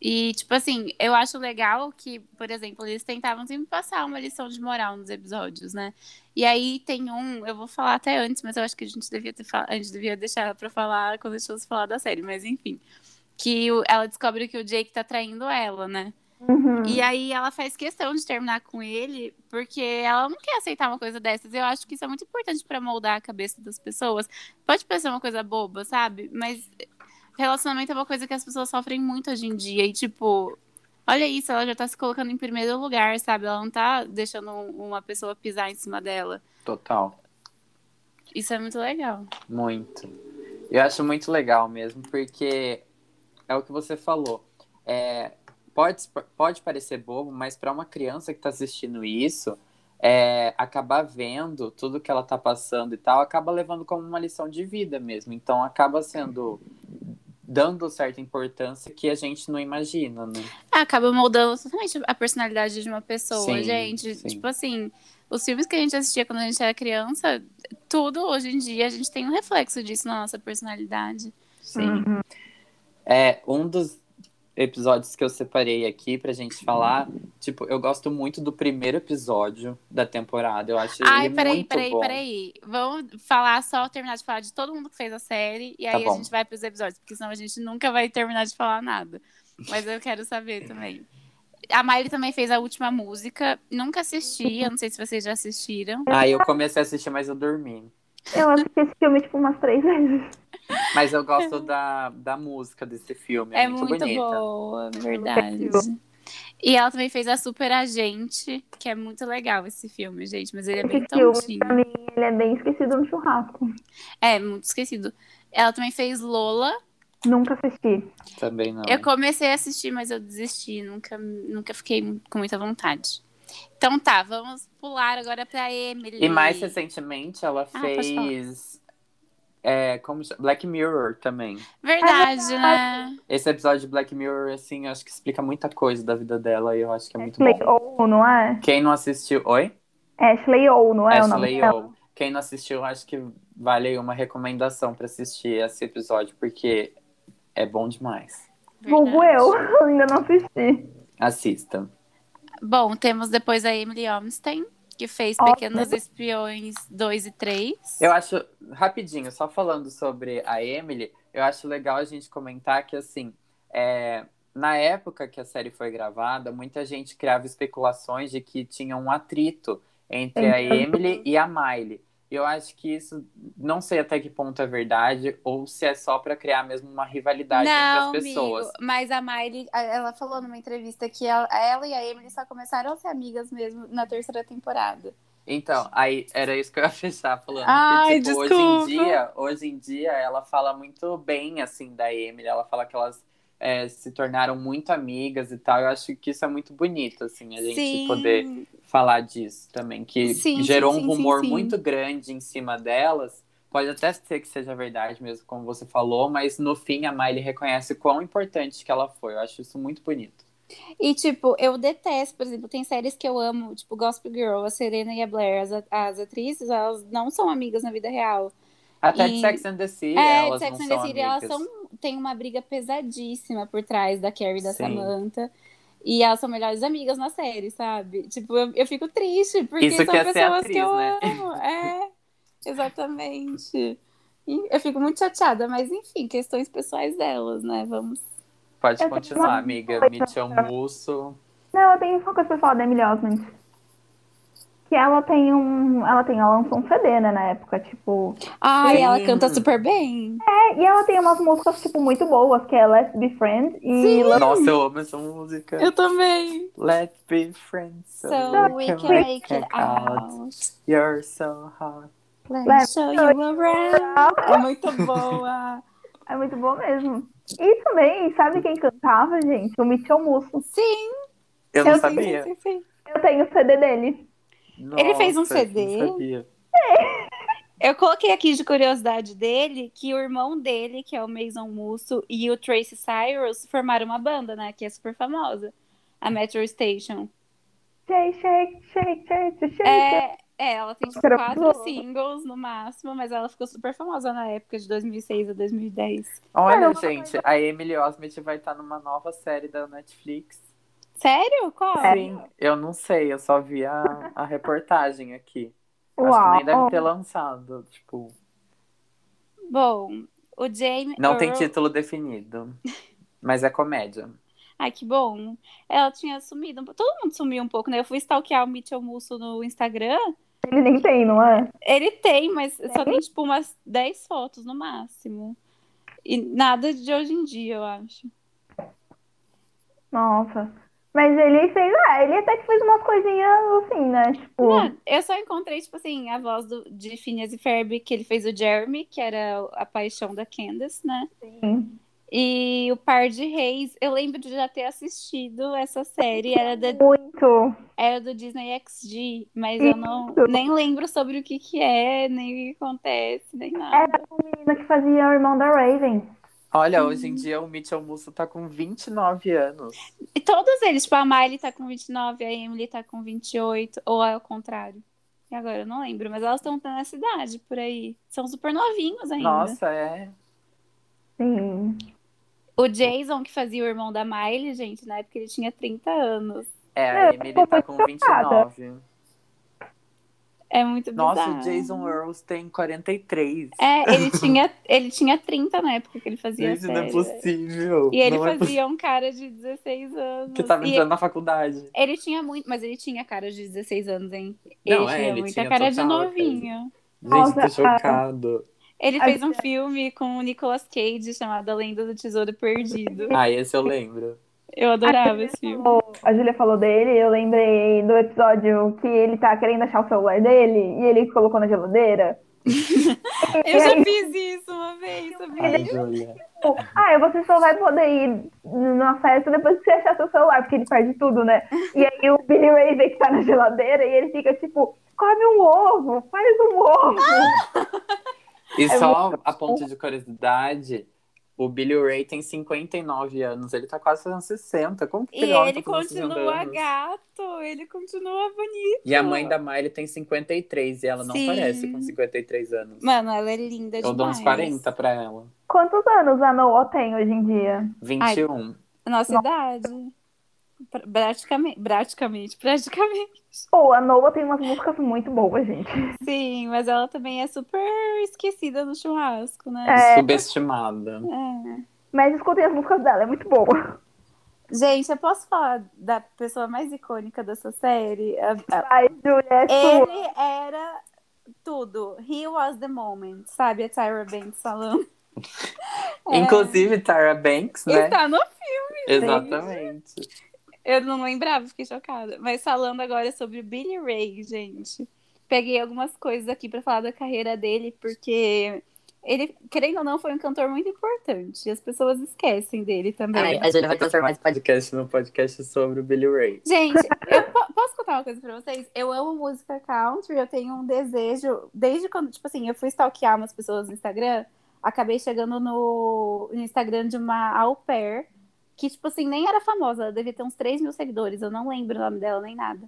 E, tipo assim, eu acho legal que, por exemplo, eles tentavam sempre passar uma lição de moral nos episódios, né? E aí tem um, eu vou falar até antes, mas eu acho que a gente devia, ter fal... a gente devia deixar pra falar quando a gente fosse falar da série, mas enfim. Que o- ela descobre que o Jake tá traindo ela, né?
Uhum.
E aí ela faz questão de terminar com ele, porque ela não quer aceitar uma coisa dessas. Eu acho que isso é muito importante pra moldar a cabeça das pessoas. Pode parecer uma coisa boba, sabe? Mas relacionamento é uma coisa que as pessoas sofrem muito hoje em dia. E, tipo, olha isso, ela já tá se colocando em primeiro lugar, sabe? Ela não tá deixando um- uma pessoa pisar em cima dela.
Total.
Isso é muito legal.
Muito. Eu acho muito legal mesmo, porque é o que você falou. É, pode, pode parecer bobo, mas para uma criança que está assistindo isso, é, acabar vendo tudo que ela tá passando e tal, acaba levando como uma lição de vida mesmo. Então acaba sendo. dando certa importância que a gente não imagina, né?
É, acaba moldando totalmente a personalidade de uma pessoa,
Sim,
gente.
sim.
Tipo assim, os filmes que a gente assistia quando a gente era criança, tudo hoje em dia a gente tem um reflexo disso na nossa personalidade.
Sim.
Uhum.
É, um dos episódios que eu separei aqui pra gente falar, tipo, eu gosto muito do primeiro episódio da temporada. Eu acho
Ai,
ele
peraí,
muito
peraí,
bom.
peraí. Vamos falar só, terminar de falar de todo mundo que fez a série e
Tá
aí a
bom.
gente vai pros episódios, porque senão a gente nunca vai terminar de falar nada. Mas eu quero saber também. A Miley também fez a última música. Nunca assisti, eu não sei se vocês já assistiram.
Aí eu comecei a assistir, mas eu dormi.
Eu assisti esse filme, tipo, umas três vezes.
Mas eu gosto da, da música desse filme, é,
É muito,
bonita.
boa, verdade.
boa.
E ela também fez a Super Agente, que é muito legal esse filme, gente, mas ele é bem
Esse filme,
tontinho.
pra mim, ele é bem esquecido no churrasco.
É, muito esquecido. Ela também fez Lola.
Nunca assisti.
Também não.
Eu comecei a assistir, mas eu desisti, nunca, nunca fiquei com muita vontade. Então tá, vamos pular agora pra Emily.
E mais recentemente ela
Ah, pode
fez. É, como chama? Black Mirror também.
Verdade, né?
Esse episódio de Black Mirror, assim, eu acho que explica muita coisa da vida dela e eu acho que é muito
Ashley
bom.
O, não é?
Quem não assistiu. Oi?
Ashley O, não é o nome
Ashley
dela?
ou Quem não assistiu, acho que vale aí uma recomendação pra assistir esse episódio, porque é bom demais.
Vulgo
Verdade.
eu, ainda não assisti.
Assista.
Bom, temos depois a Emily Olmstein, que fez
Olha.
Pequenos Espiões 2 e 3.
Eu acho, rapidinho, só falando sobre a Emily, eu acho legal a gente comentar que, assim, é, na época que a série foi gravada, muita gente criava especulações de que tinha um atrito entre a Emily e a Miley. Eu acho que isso, não sei até que ponto é verdade, ou se é só pra criar mesmo uma rivalidade
Não,
entre as pessoas.
amigo, mas a Miley, a- ela falou numa entrevista que ela, ela e a Emily só começaram a ser amigas mesmo na terceira temporada.
Então, aí era isso que eu ia fechar falando. que,
Ai,
tipo,
desculpa.
Hoje em, dia, hoje em dia, ela fala muito bem, assim, da Emily. Ela fala que elas é, se tornaram muito amigas e tal. Eu acho que isso é muito bonito, assim, a gente poder falar disso também. Que
Sim,
gerou
sim, sim,
um rumor
sim, sim.
muito grande em cima delas. Pode até ser que seja verdade mesmo, como você falou, mas no fim a Miley reconhece quão importante que ela foi. Eu acho isso muito bonito.
E, tipo, eu detesto, por exemplo, tem séries que eu amo, tipo Gospel Girl, a Serena e a Blair, as, as atrizes, elas não são amigas na vida real.
Até
E-
de Sex and the City,
é,
elas
Sex and
não
the
são
City, elas
amigas.
são, tem uma briga pesadíssima por trás da Carrie e da
Sim.
Samantha. E elas são melhores amigas na série, sabe? Tipo, eu, eu fico triste, porque
Isso
são
que é ser
pessoas
atriz,
que eu
né?
amo. É, exatamente. E eu fico muito chateada, mas enfim, questões pessoais delas, né? Vamos.
Pode
Eu tenho
continuar,
uma
amiga.
coisa
Mitchell Musso.
Não, eu tenho uma coisa pra falar da Emily Osment. Que ela tem um. Ela tem, ela lançou um CD, né, na época, tipo.
Ai,
Sim.
ela canta super bem.
É, e ela tem umas músicas, tipo, muito boas, que é Let's Be Friends e
Nossa, eu amo essa música.
Eu também.
Let's be friends. So,
So we can make it
out.
out.
You're so hot.
Let's show you around. É muito boa.
É muito bom mesmo. E também, sabe quem cantava, gente? O Mitchell Musso.
Sim,
Eu não
sim,
sabia.
sim, sim, sim.
Eu tenho o CD dele.
Nossa,
fez um
eu não
CD.
sabia.
Eu coloquei aqui de curiosidade dele que o irmão dele, que é o Mason Musso, e o Tracy Cyrus formaram uma banda, né? Que é super famosa. A Metro Station.
Shake, shake, shake, shake, shake.
É, é, ela tem tipo,
Era
quatro
boa.
singles no máximo, mas ela ficou super famosa na época de 2006 a 2010.
Olha,
Cara,
gente, a Emily Osment vai estar numa nova série da Netflix.
Sério? Qual?
Ah. É.
Sim, eu não sei, eu só vi a, a reportagem aqui. Acho que
Uau.
nem deve ter lançado, tipo,
Bom, o Jamie.
não tem
Earl-
título definido. Mas é comédia.
Ai, que bom. Ela tinha sumido. um po- Todo mundo sumiu um pouco, né? Eu fui stalkear o Mitchell Musso no Instagram.
Ele nem tem, não é?
Ele tem, mas só tem, tipo, umas 10 fotos no máximo. E nada de hoje em dia, eu acho.
Nossa. Mas ele fez, ah, ele até que fez umas coisinhas assim, né? Tipo,
Ah, eu só encontrei, tipo assim, a voz do, de Phineas e Ferb, que ele fez o Jeremy, que era a paixão da Candace, né?
É.
assim.
E o Par de Reis. Eu lembro de já ter assistido essa série. Era da
Muito.
Era do Disney XD, mas eu não
Isso.
nem lembro sobre o que que é, nem o que acontece, nem nada.
Era a menina que fazia o irmão da Raven.
Olha, hoje
Uhum.
em dia o Mitchell Musso tá com 29 anos.
E todos eles, tipo, a Miley tá com 29, a Emily tá com 28, ou é o contrário. E agora eu não lembro, mas elas estão na cidade por aí. São super novinhos ainda.
Nossa, é.
Sim.
O Jason, que fazia o irmão da Miley, gente, na época ele tinha 30 anos.
É,
É,
a
eu
Emily
tô
tá
muito
com
chocada.
29.
É muito
Nossa, o
bizarro.
Jason Earls tem 43.
É, ele tinha, ele tinha 30 na época que ele fazia a
Gente, não é
série.
possível.
E ele
não é possível
fazia um cara de 16 anos.
que tava
E-
entrando na faculdade.
Ele tinha muito, mas ele tinha cara de 16 anos, hein? Ele
Não, é,
tinha
ele
muita
tinha
cara de
total, cara.
novinho.
Gente, tô
é
Nossa,
chocado.
Ele
A
fez um filme com o Nicolas Cage chamado A Lenda do Tesouro Perdido.
Ah, esse eu lembro.
Eu adorava
A
esse filme.
falou- A Julia falou dele, eu lembrei do episódio que ele tá querendo achar o celular dele e ele colocou na geladeira.
Eu já fiz isso uma vez, sabia?
Ai, Júlia.
Tipo, ah, você só vai poder ir na festa depois que você achar seu celular, porque ele perde tudo, né? E aí o Billy Ray vê que tá na geladeira e ele fica tipo, come um ovo, faz um ovo.
E
É
só a ponto de curiosidade, o Billy Ray tem 59 anos, ele tá quase fazendo 60. Como que
E
aquele homem
ele
tá fazendo 60
continua
anos?
gato, ele continua bonito.
E a mãe da Miley tem 53 e ela não
Sim.
parece com 53 anos.
Mano, ela é linda
eu
demais.
dou uns 40 pra ela.
Quantos anos a Noah tem hoje em dia?
21.
Nossa idade. Pra- Praticamente, praticamente, praticamente.
Pô, a Noah tem umas músicas muito boas, gente.
Sim, mas ela também é super esquecida no churrasco, né?
É.
Subestimada.
É.
Mas escutem as músicas dela, é muito boa.
Gente, eu posso falar da pessoa mais icônica dessa série? A- a-
Ai, Julia, é sua.
Ele era tudo. He was the moment, sabe? A Tyra Banks falando. É.
Inclusive, Tara Banks, né?
Está no...
Exatamente.
Eu não lembrava, fiquei chocada. Mas falando agora sobre o Billy Ray, gente. Peguei algumas coisas aqui pra falar da carreira dele, porque ele, querendo ou não, foi um cantor muito importante. E as pessoas esquecem dele também.
a Júlia vai transformar esse podcast num podcast sobre o Billy Ray.
Gente, eu po- posso contar uma coisa pra vocês? Eu amo música country, eu tenho um desejo. Desde quando, tipo assim, eu fui stalkear umas pessoas no Instagram, acabei chegando no, no Instagram de uma au pair, que, tipo assim, nem era famosa, ela devia ter uns 3 mil seguidores, eu não lembro o nome dela nem nada.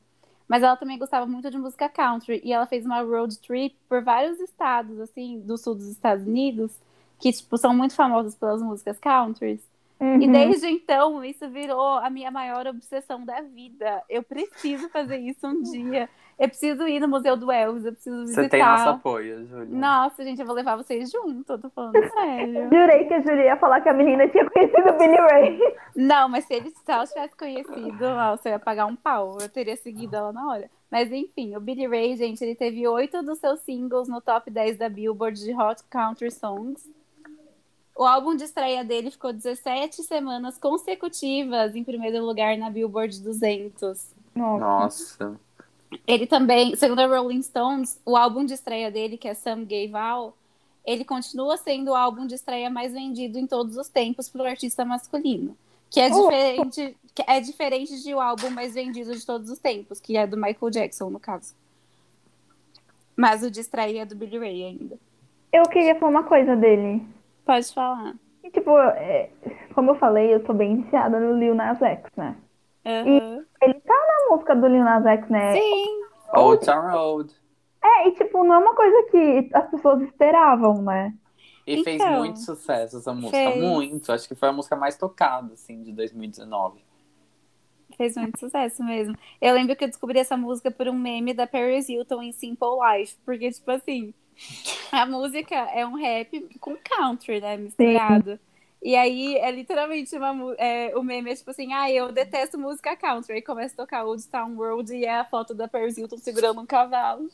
Mas ela também gostava muito de música country, e ela fez uma road trip por vários estados, assim, do sul dos Estados Unidos, que, tipo, são muito famosos pelas músicas country.
Uhum.
E desde então, isso virou a minha maior obsessão da vida. Eu preciso fazer isso um dia. Eu preciso ir no Museu do Elvis, eu preciso visitar.
Você tem nosso apoio, Júlia.
Nossa, gente, eu vou levar vocês junto, eu tô falando sério.
Jurei que a Julia ia falar que a menina tinha conhecido o Billy Ray.
Não, mas se ele só tivesse conhecido, nossa, eu ia pagar um pau. Eu teria seguido ela na hora. Mas enfim, o Billy Ray, gente, ele teve oito dos seus singles no top 10 da Billboard de Hot Country Songs. O álbum de estreia dele ficou 17 semanas consecutivas em primeiro lugar na Billboard 200.
Nossa.
Ele também, segundo a Rolling Stones, o álbum de estreia dele, que é Some Gay Vow, ele continua sendo o álbum de estreia mais vendido em todos os tempos para o artista masculino. Que é,
Oh.
diferente, que é diferente de o álbum mais vendido de todos os tempos, que é do Michael Jackson, no caso. Mas o de estreia é do Billy Ray ainda.
Eu queria falar uma coisa dele.
Pode falar.
E, tipo, é, como eu falei, eu tô bem iniciada no Lil Nas X, né?
Aham.
A música do Lil Nas X, né?
Sim.
Old Town Road.
É, e tipo, não é uma coisa que as pessoas esperavam, né?
E
Então,
fez muito sucesso essa música.
fez.
Muito. Acho que foi a música mais tocada, assim, de 2019.
Fez muito sucesso mesmo. Eu lembro que eu descobri essa música por um meme da Paris Hilton em Simple Life. Porque, tipo assim, a música é um rap com country, né? Misturado. E aí é literalmente uma, mu- é, o meme é tipo assim, ah, eu detesto música country. Aí começa a tocar Old Town World e é a foto da Paris Hilton segurando um cavalo.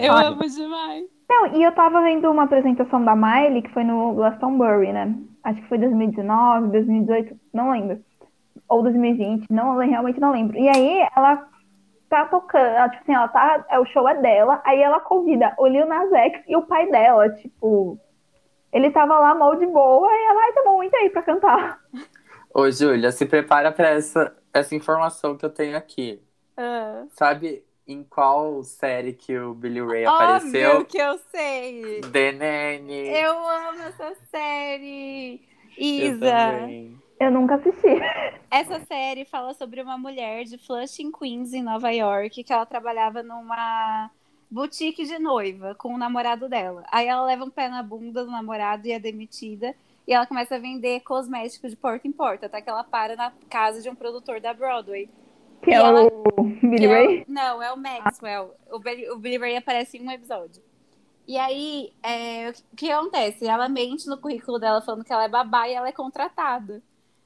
Eu amo demais.
Não, e eu tava vendo uma apresentação da Miley, que foi no Glastonbury, né? Acho que foi 2019, 2018, não lembro. Ou 2020, não, realmente não lembro. E aí ela tá tocando, ela, tipo assim, ela tá, é, o show é dela, aí ela convida o Lil Nas X e o pai dela, tipo... Ele tava lá mal de boa, e ela, ai, tá bom, entra aí pra cantar.
Ô, Júlia, se prepara pra essa, essa informação que eu tenho aqui.
Ah.
Sabe em qual série que o Billy Ray
Óbvio
apareceu?
Oh, que eu sei.
The Nanny.
Eu amo essa série.
Eu
Isa.
também.
Eu nunca assisti.
Essa série fala sobre uma mulher de Flushing, Queens, em Nova York, que ela trabalhava numa boutique de noiva com o namorado dela. Aí ela leva um pé na bunda do namorado e é demitida. E ela começa a vender cosméticos de porta em porta, até que ela para na casa de um produtor da Broadway.
Que
E
é
ela-
o Billy
Que é o-
Ray?
não, é o Maxwell. O Billy, o Billy Ray aparece em um episódio. E aí, é, o que- o que acontece? Ela mente no currículo dela falando que ela é babá e ela é contratada.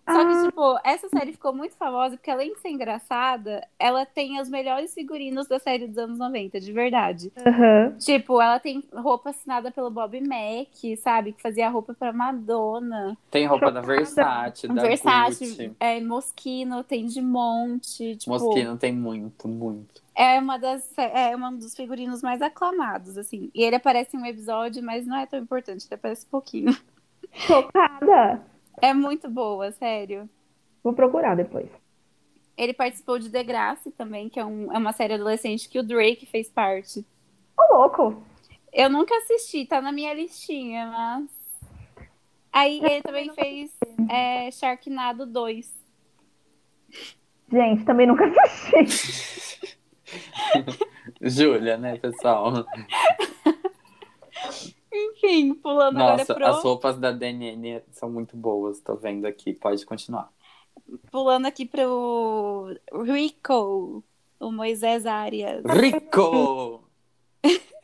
Só que,
Ah.
tipo, essa série ficou muito famosa porque, além de ser engraçada, ela tem os melhores figurinos da série dos anos 90, de verdade.
Aham.
Tipo, ela tem roupa assinada pelo Bob Mack, sabe? Que fazia roupa pra Madonna.
Tem roupa da Versace, da
Versace,
Gucci.
é, Moschino, tem de monte. Tipo,
Mosquino tem muito, muito.
É uma das é um dos figurinos mais aclamados, assim. E ele aparece em um episódio, mas não é tão importante, ele aparece pouquinho.
Chocada.
É muito boa, sério.
Vou procurar depois.
Ele participou de Degrassi também, que é, um- é uma série adolescente que o Drake fez parte.
Ô, louco.
Eu nunca assisti, tá na minha listinha, mas. Aí ele também fez é, Sharknado 2.
Gente, também nunca assisti.
Júlia, né, pessoal?
Enfim, pulando
Nossa,
agora é pro.
as roupas da DNN são muito boas, tô vendo aqui. Pode continuar.
Pulando aqui pro Rico, o Moisés Arias.
Rico!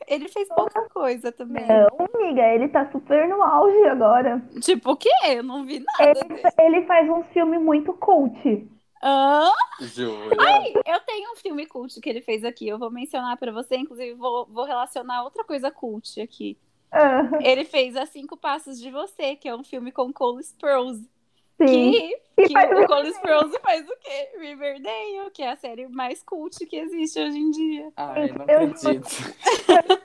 Ele fez pouca coisa também.
Não, amiga, ele tá super no auge agora.
Tipo, o quê? Eu não vi nada.
Ele, ele faz uns filmes muito cult.
Hã?
Júlia.
eu tenho um filme cult que ele fez aqui. Eu vou mencionar pra você, inclusive vou, vou relacionar outra coisa cult aqui.
Ah,
Ele fez A Cinco Passos de Você, que é um filme com Cole Sprouse.
sim.
Que,
E
que
faz um
o Cole Sprouse faz o quê? Riverdale, que é a série mais cult que existe hoje em dia.
Ai, não
Eu-
acredito.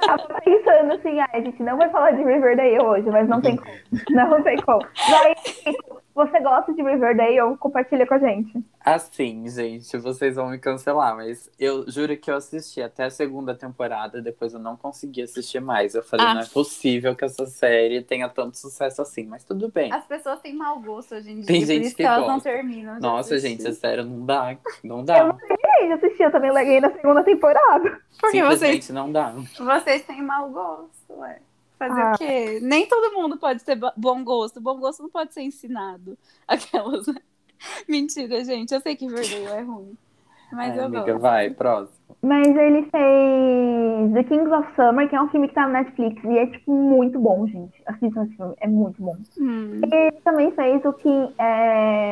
Tava pensando assim, ai, a gente não vai falar de Riverdale hoje, mas não tem como. Não tem como. Vai, Rico, você gosta de Riverdale? Compartilha com a gente.
Assim, gente, vocês vão me cancelar, mas eu juro que eu assisti até a segunda temporada, depois eu não consegui assistir mais. Eu falei,
Ah.
não é possível que essa série tenha tanto sucesso assim, mas tudo bem.
As pessoas têm mau gosto hoje em dia,
Tem
por
gente
isso
que
elas não
gosta.
terminam. de
Nossa,
assistir.
gente, é sério, não dá. Não
Eu
dá.
não terminei de assistir, eu também larguei na segunda temporada.
Porque vocês,
Simplesmente não dá.
vocês têm mau gosto, ué. Fazer
Ah.
o quê? Nem todo mundo pode ter bo- bom gosto. Bom gosto não pode ser ensinado. Aquelas. né? Mentira, gente. Eu sei que Verdeio é ruim. Mas
Ai,
eu
amiga,
gosto.
vai, próximo.
Mas ele fez The Kings of Summer, que é um filme que tá no Netflix e é, tipo, muito bom, gente. Assistam esse filme, é muito bom.
Hum.
Ele também fez o que é...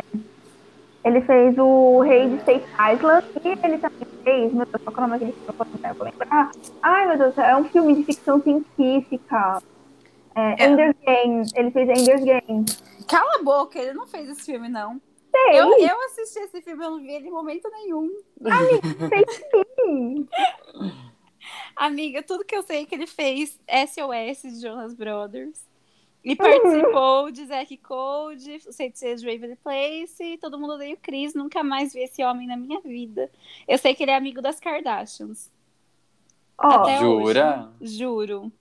Ele fez o Rei de State Island e ele também fez, meu Deus, qual que é o nome daquele filme? Eu não vou lembrar. Ai, meu Deus, é um filme de ficção científica. É,
É.
Ender's Game, ele fez Ender's Game.
Cala a boca, ele não fez esse filme, não.
Sei,
Eu, eu assisti esse filme, eu não vi ele em momento nenhum.
sim.
Amiga, tudo que eu sei é que ele fez SOS de Jonas Brothers. E participou de Zack Code, o Seitos de Waverly Place, e todo mundo odeia o Chris. Nunca mais vi esse homem na minha vida. Eu sei que ele é amigo das Kardashians.
Ó,
Até
Jura?
hoje. Juro.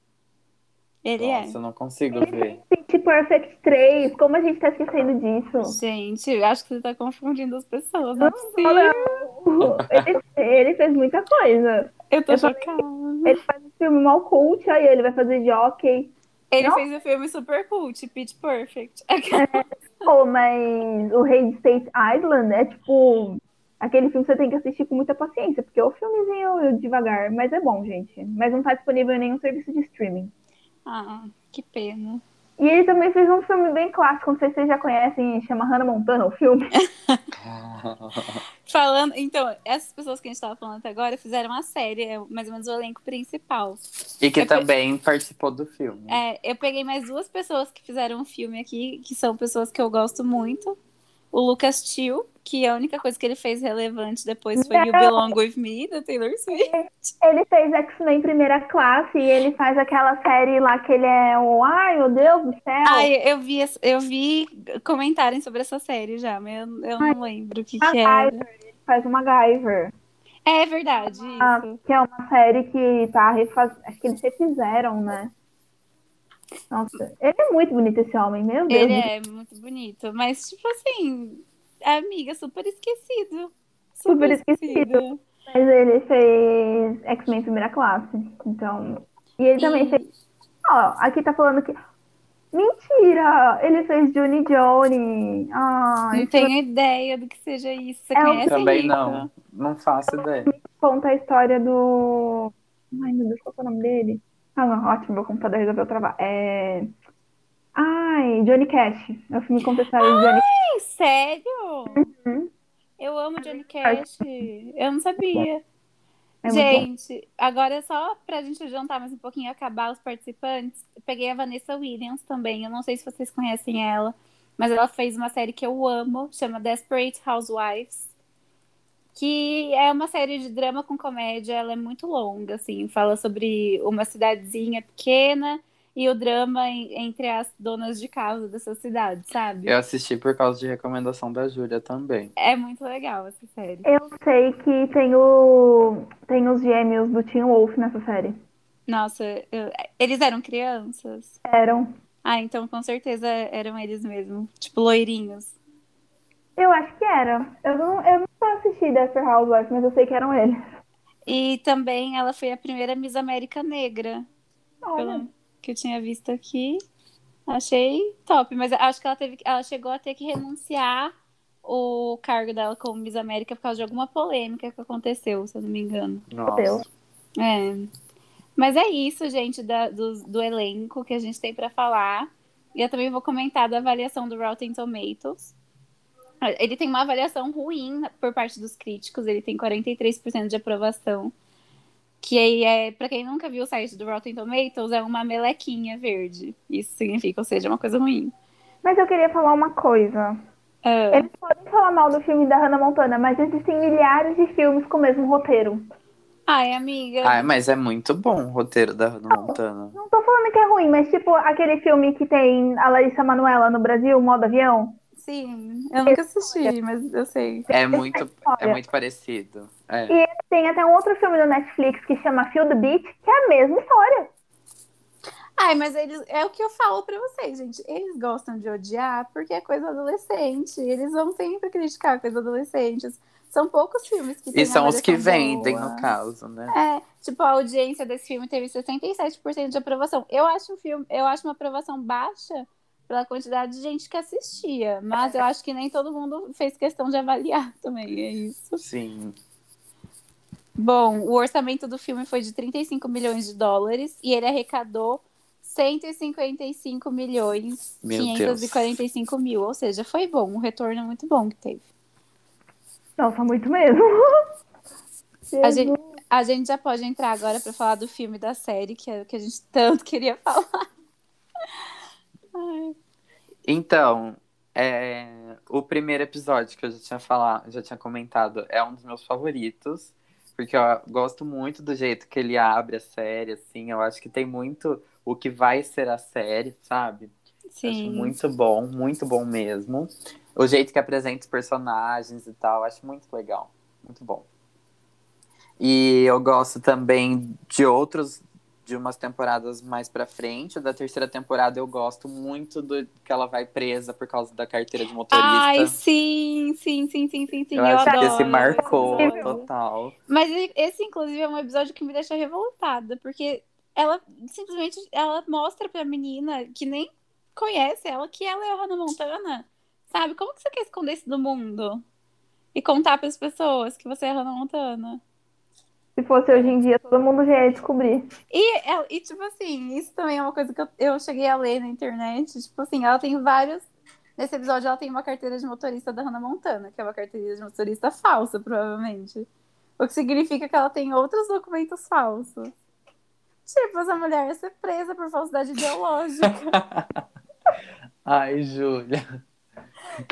Ele é.
Nossa, eu não consigo ver.
Pitch Perfect 3, como a gente tá esquecendo
é.
disso?
Gente, eu acho que você tá confundindo as pessoas. Não é possível.
Ele, ele fez muita coisa.
Eu tô
eu falei-
chocada.
Ele faz um filme mal cult, aí ele vai fazer jockey.
Ele
Não?
fez o filme Super Cult, Pitch Perfect.
Pô, mas o Rei de State Island é tipo. Aquele filme que você tem que assistir com muita paciência, porque é o filmezinho devagar, mas é bom, gente. Mas não tá disponível em nenhum serviço de streaming.
Ah, que pena.
E ele também fez um filme bem clássico, não sei se vocês já conhecem, chama Hannah Montana, o filme.
Falando, então, essas pessoas que a gente tava falando até agora fizeram a série, é mais ou menos o elenco principal.
E que
Eu pe-
também participou do filme.
É, eu peguei mais duas pessoas que fizeram um filme aqui, que são pessoas que eu gosto muito. O Lucas Till, que a única coisa que ele fez relevante depois foi You
Não.
Belong With Me, da Taylor Swift.
Ele fez X-Men Primeira Classe e ele faz aquela série lá que ele é o. Ai, meu Deus do céu!
Ai, eu vi, essa- eu vi comentarem sobre essa série já, mas eu, eu não lembro o que, que era.
Faz o MacGyver.
É verdade, isso.
Ah, que é uma série que tá refaz... Acho que eles refizeram, né? Nossa, ele é muito bonito esse homem, meu Deus.
Ele é muito bonito, mas tipo assim, amiga, super esquecido.
Super esquecido. Mas ele fez X-Men Primeira Classe. Então. E ele também fez. Ó, aqui tá falando que. Mentira! Ele fez Juni Johnny. Ai,
Não tenho ideia do que seja isso. Você
É, eu
conhece
também
Rica?
não. Não faço ideia.
conta a história do. Ai, meu Deus, qual que é o nome dele? Ah, não, ótimo, meu computador resolveu travar. É. Ai, Johnny Cash. É o filme que conta a história de Johnny
Ai, sério?
Uhum.
Eu amo Johnny Cash. Eu não sabia.
É muito
gente, agora é só pra gente jantar mais um pouquinho e acabar os participantes, eu peguei a Vanessa Williams também. Eu não sei se vocês conhecem ela, mas ela fez uma série que eu amo, chama Desperate Housewives. que é uma série de drama com comédia, ela é muito longa, assim, fala sobre uma cidadezinha pequena e o drama en- entre as donas de casa dessa cidade, sabe?
Eu assisti por causa de recomendação da Júlia também.
É muito legal essa série.
Eu sei que tem, o... tem os gêmeos do Tim Wolf nessa série.
Nossa, eu- eles eram crianças?
Eram.
Ah, então com certeza eram eles mesmo, tipo loirinhos.
Eu acho que era. Eu não, eu não assisti Desperate Housewives, mas eu sei que eram eles.
E também ela foi a primeira Miss América negra, pelo que eu tinha visto aqui. Achei top, mas acho que ela teve, ela chegou a ter que renunciar o cargo dela como Miss América por causa de alguma polêmica que aconteceu, se eu não me engano.
Nossa.
Deus.
É. Mas é isso, gente, da- do, do elenco que a gente tem pra falar. E eu também vou comentar da avaliação do Rotten Tomatoes. Ele tem uma avaliação ruim por parte dos críticos, ele tem 43% de aprovação. Que aí é, pra quem nunca viu o site do Rotten Tomatoes, é uma melequinha verde. Isso significa, ou seja, uma coisa ruim.
Mas eu queria falar uma coisa.
Ah,
Eles podem falar mal do filme da Hannah Montana, mas existem milhares de filmes com o mesmo roteiro.
Ai, amiga.
Ai, mas é muito bom o roteiro da Hannah Montana.
Não tô falando que é ruim, mas tipo aquele filme que tem a Larissa Manoela no Brasil, modo avião.
Sim, eu nunca assisti, mas eu sei.
É muito, é
Olha.
muito parecido. É.
Tem até um outro filme do Netflix que chama Feel the Beach, que é a mesma história.
Ai, mas eles é o que eu falo pra vocês, gente. Eles gostam de odiar porque é coisa adolescente. Eles vão sempre criticar coisa adolescente. Os São poucos filmes que
E
têm
são
uma
os que
avaliação
vendem,
boa.
no caso, né?
É, tipo, a audiência desse filme teve 67% de aprovação. Eu acho um filme, eu acho uma aprovação baixa pela quantidade de gente que assistia,
É.
mas eu acho que nem todo mundo fez questão de avaliar também, é isso.
Sim.
Bom, o orçamento do filme foi de 35 milhões de dólares e ele arrecadou 155 milhões
Meu
545 mil, ou seja, foi bom, um retorno muito bom que teve.
Nossa, muito mesmo. Uhum.
A gente, a gente já pode entrar agora pra falar do filme e da série, que é o que a gente tanto queria falar.
Então, é, o primeiro episódio que eu já tinha falado, já tinha comentado, é um dos meus favoritos, porque eu gosto muito do jeito que ele abre a série, assim, eu acho que tem muito o que vai ser a série, sabe? Acho muito bom, muito bom mesmo. O jeito que apresenta os personagens e tal, acho muito legal. Muito bom. E eu gosto também de outros, de umas temporadas mais pra frente. Da terceira temporada eu gosto muito do que ela vai presa por causa da carteira de motorista.
Ai, sim, sim, sim, sim, sim, sim.
tá? eu, acho
adoro.
que esse marcou
Eu adoro.
total.
Mas e- esse, inclusive, é um episódio que me deixa revoltada, porque ela simplesmente ela mostra pra menina que nem conhece ela que ela é a Hannah Montana. Sabe? Como que você quer esconder isso do mundo? E contar pras pessoas que você é a Hannah Montana?
Se fosse hoje em dia, todo mundo já ia descobrir.
E, ela- e, tipo assim, isso também é uma coisa que eu, eu cheguei a ler na internet. Tipo assim, ela tem vários. Nesse episódio, ela tem uma carteira de motorista da Hannah Montana, que é uma carteira de motorista falsa, provavelmente. O que significa que ela tem outros documentos falsos. Tipo, essa mulher ia ser presa por falsidade ideológica.
Ai, Júlia.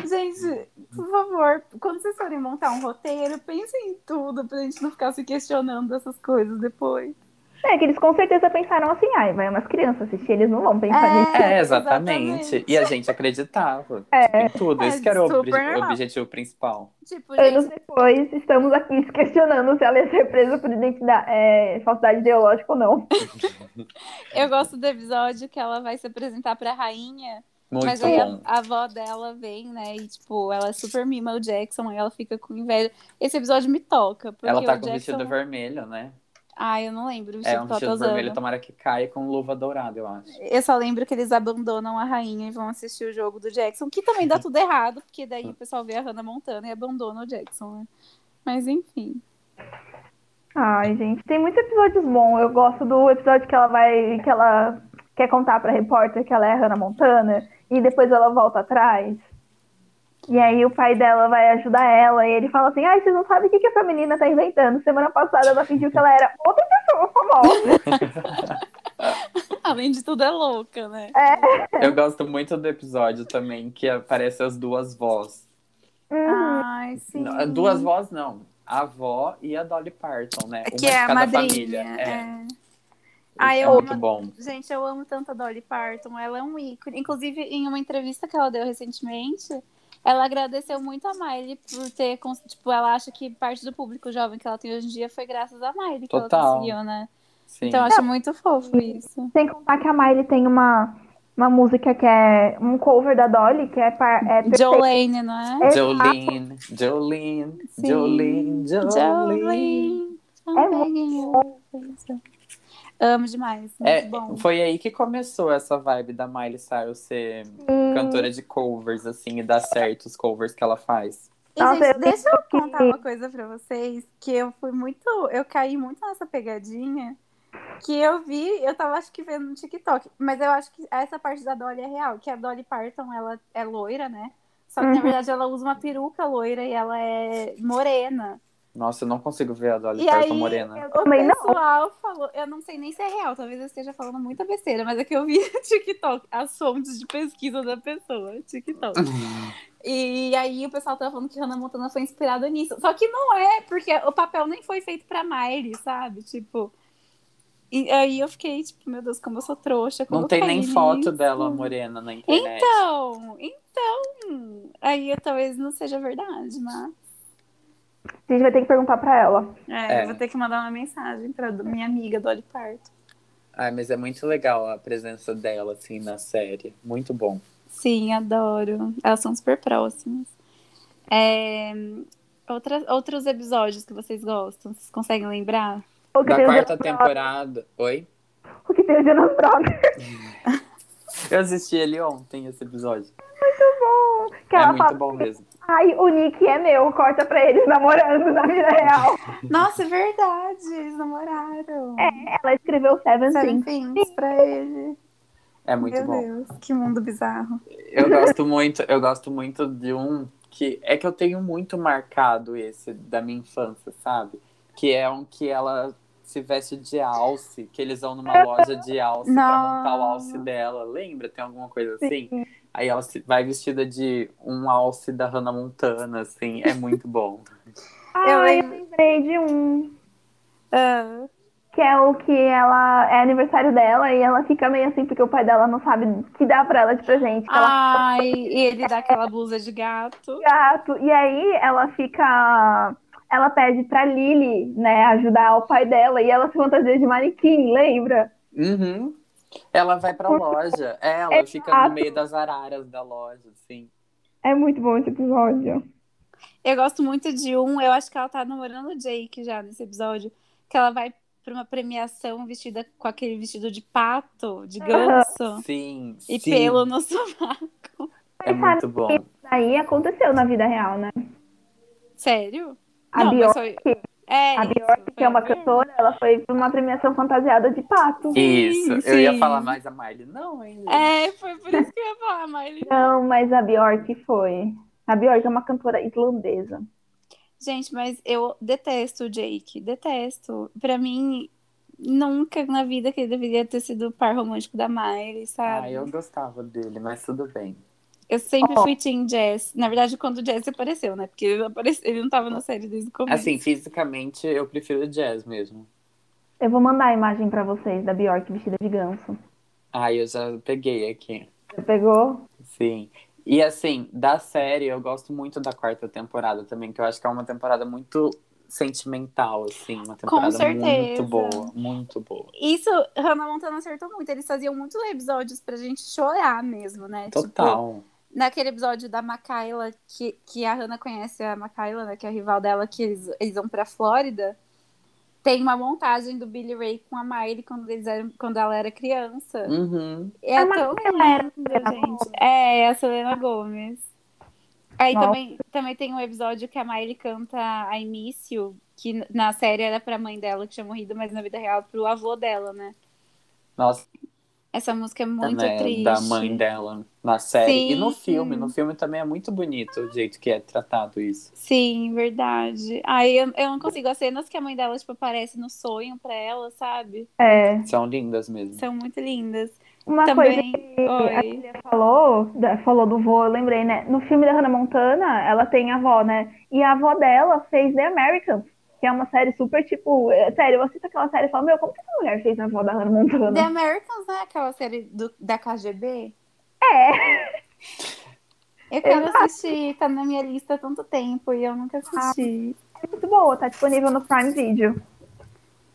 gente, por favor, quando vocês forem montar um roteiro, pensem em tudo pra gente não ficar se questionando essas coisas depois.
É que eles com certeza pensaram assim, ai, vai umas crianças assistir, eles não vão pensar
É.
nisso.
É, exatamente.
exatamente.
E a gente acreditava
É.
em tudo.
É,
Esse que era o
super
obje-
normal.
objetivo principal.
Tipo,
Anos
gente,
depois, estamos aqui se questionando se ela ia ser presa por identidade, é, falsidade ideológica ou não.
eu gosto do episódio que ela vai se apresentar pra rainha.
Muito
Mas aí é a,
bom.
a avó dela vem, né? E, tipo, ela super mima o Jackson, aí ela fica com inveja. Esse episódio me toca, porque
Ela tá
o
com o
Jackson...
vestido vermelho, né?
Ai, eu não lembro o vestido
É um
que ela tá
vestido
usando.
vermelho, tomara que caia com luva dourada, eu acho.
Eu só lembro que eles abandonam a rainha e vão assistir o jogo do Jackson, que também dá tudo errado, porque daí o pessoal vê a Hannah Montana e abandona o Jackson, né? Mas enfim.
Ai, gente, tem muitos episódios bons. Eu gosto do episódio que ela vai, que ela quer contar pra repórter que ela é a Hannah Montana, e depois ela volta atrás. E aí o pai dela vai ajudar ela, e ele fala assim, ai, vocês não sabem o que, que essa menina tá inventando. Semana passada ela fingiu que ela era outra pessoa famosa.
Além de tudo, é louca, né?
É.
Eu gosto muito do episódio também, que aparece as duas vozes.
Ah. É.
Uhum.
Ai, sim.
Não, Duas vozes, não. A avó e a Dolly Parton, né? Uma
Que é
de
a
cada
madrinha.
família. É,
é.
é,
Ah, eu
muito
amo-
bom.
Gente, eu amo tanto a Dolly Parton, ela é um ícone. Inclusive, em uma entrevista que ela deu recentemente, ela agradeceu muito a Miley por ter, cons- tipo, ela acha que parte do público jovem que ela tem hoje em dia foi graças a Miley que ela
Total.
conseguiu, né?
Sim.
Então eu acho muito fofo isso.
Sem contar que a Miley tem uma, uma música que é um cover da Dolly, que é, par, é perfeito.
Jolene, não é?
É,
Jolene, Jolene,
Sim.
Jolene, Jolene.
Jolene.
É
I'm begging you. Amo demais, muito
É,
bom.
foi aí que começou essa vibe da Miley Cyrus ser cantora de covers, assim, e dar certo os covers que ela faz.
E,
Nossa,
gente,
eu
deixa eu
que-
contar uma coisa pra vocês, que eu fui muito, eu caí muito nessa pegadinha, que eu vi, eu tava acho que vendo no TikTok, mas eu acho que essa parte da Dolly é real, que a Dolly Parton, ela é loira, né? Só que, na
Uhum.
verdade, ela usa uma peruca loira e ela é morena.
Nossa, eu não consigo ver a Dolly
E
Parton
aí,
morena.
O
Também não.
pessoal falou, eu não sei nem se é real, talvez eu esteja falando muita besteira, mas é que eu vi no TikTok as fontes de pesquisa da pessoa, TikTok. E aí o pessoal tava falando que Hannah Montana foi inspirada nisso. Só que não é, porque o papel nem foi feito pra Miley, sabe? Tipo. E aí eu fiquei, tipo, meu Deus, como eu sou trouxa. Como
Não
eu
tem
caí
nem
nisso?
foto dela morena na internet.
Então, então. Aí eu- talvez não seja verdade, mas.
A gente vai ter que perguntar pra ela.
É,
É.
eu vou ter que mandar uma mensagem pra do- minha amiga Dolly Parton.
Ai, mas é muito legal a presença dela, assim, na série. Muito bom.
Sim, adoro. Elas são super próximas. É, Outra, outros episódios que vocês gostam, vocês conseguem lembrar?
O que
Da
tem
quarta
o Jonas Brother.
temporada. Oi?
O que tem o Jonas Brother.
Eu assisti ele ontem, esse episódio.
Que
é
ela
muito
fala,
bom mesmo.
ai, o Nick é meu, corta pra eles namorando na vida real.
Nossa, é verdade, eles namoraram.
É, Ela escreveu Seven
Seven
Things.
Things pra ele.
É muito
Meu
bom.
Deus, que mundo bizarro.
Eu gosto muito, eu gosto muito de um que é que eu tenho muito marcado esse da minha infância, sabe? Que é um que ela se veste de alce, que eles vão numa loja de alce pra
Não.
montar o alce dela. Lembra? Tem alguma coisa assim? Aí ela se- vai vestida de um alce da Hannah Montana, assim, é muito bom.
Ai,
Eu
eu
lembro.
lembrei de um.
Ah,
Que é o que ela. É aniversário dela e ela fica meio assim, porque o pai dela não sabe o que dá pra ela de presente. Que ela
ai, e ele dá aquela blusa de gato.
Gato. E aí ela fica. Ela pede pra Lily, né, ajudar o pai dela e ela se fantasia de manequim, lembra?
Uhum. Ela vai pra loja, ela fica
Exato.
no meio das araras da loja, assim.
É muito bom esse episódio.
Eu gosto muito de um, eu acho que ela tá namorando o Jake já nesse episódio, que ela vai pra uma premiação vestida com aquele vestido de pato, de ganso,
Sim,
e
sim.
pelo no sovaco.
É muito bom.
Aí aconteceu na vida real, né?
Sério?
A
Não, mas
Bjork,
foi... É,
a
isso,
Bjork, que
foi
é uma
a Bjork.
cantora, ela foi pra uma premiação fantasiada de pato.
Isso, eu
sim.
ia falar mais a Miley. Não, hein?
É, foi por isso que eu ia falar, Miley.
Não, mas a Bjork foi. A Bjork é uma cantora irlandesa.
Gente, mas eu detesto o Jake, detesto. Pra mim, nunca na vida que ele deveria ter sido o par romântico da Miley,
Ah,
sabe?
eu gostava dele, mas tudo bem.
Eu sempre
Ó.
fui Team Jess. Na verdade, quando o Jess apareceu, né? Porque ele, apareceu, ele não tava na série desde o começo.
Assim, fisicamente, eu prefiro o jazz mesmo.
Eu vou mandar a imagem pra vocês da Bjork vestida de ganso.
Ah, eu já peguei aqui.
Já pegou?
Sim. E assim, da série, eu gosto muito da quarta temporada também, que eu acho que é uma temporada muito sentimental, assim. Uma temporada
certeza.
muito boa, muito boa.
Isso, Hannah Montana acertou muito. Eles faziam muitos episódios pra gente chorar mesmo, né? Tipo,
Total.
naquele episódio da Makayla, que, que a Hannah conhece a Makayla, né? Que é a rival dela, que eles, eles vão pra Flórida. Tem uma montagem do Billy Ray com a Miley quando, eles eram, quando ela era criança.
Uhum.
É
A
tão
Makayla era
lindo,
Selena
gente. É, é a Selena Gomes. Aí
Nossa.
também, também tem um episódio que a Miley canta a Início, que na série era pra mãe dela que tinha morrido, mas na vida real é pro avô dela, né?
Nossa,
Essa música é muito
né,
triste.
da mãe dela na série. e no
Sim.
filme. No filme também é muito bonito o jeito que é tratado isso.
Sim, verdade. Aí eu, eu não consigo. As cenas que a mãe dela, tipo, aparece no sonho pra ela, sabe?
É.
São lindas mesmo.
São muito lindas.
Uma coisa
também. Oi.
Você falou, da- falou do vô, eu lembrei, né? No filme da Hannah Montana, ela tem a avó, né? E a avó dela fez The Americans, que é uma série super tipo. é, Sério, eu assisto aquela série e falo, meu, como que essa mulher fez a avó da Hannah
The
Montana?
Americans, né? Aquela série do- da KGB.
É,
Eu quero assistir, tá na minha lista há tanto tempo e eu nunca assisti.
é muito boa, tá disponível no Prime Video.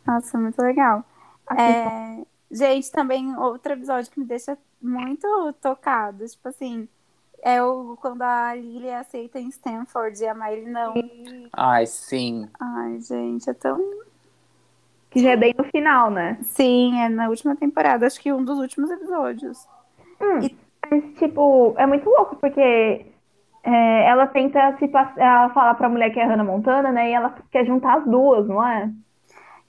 Nossa, muito legal.
Assistam.
É, gente, também outro episódio que me deixa muito tocado, tipo assim, é o quando a Lily aceita em Stanford e a Miley não.
Ai, sim.
Ai, gente, é tão.
Que já é bem no final, né?
Sim, é na última temporada, acho que um dos últimos episódios.
Mas, tipo, é muito louco, porque é, ela tenta se pass- ela falar pra mulher que é Hannah Montana, né? E ela quer juntar as duas, não é?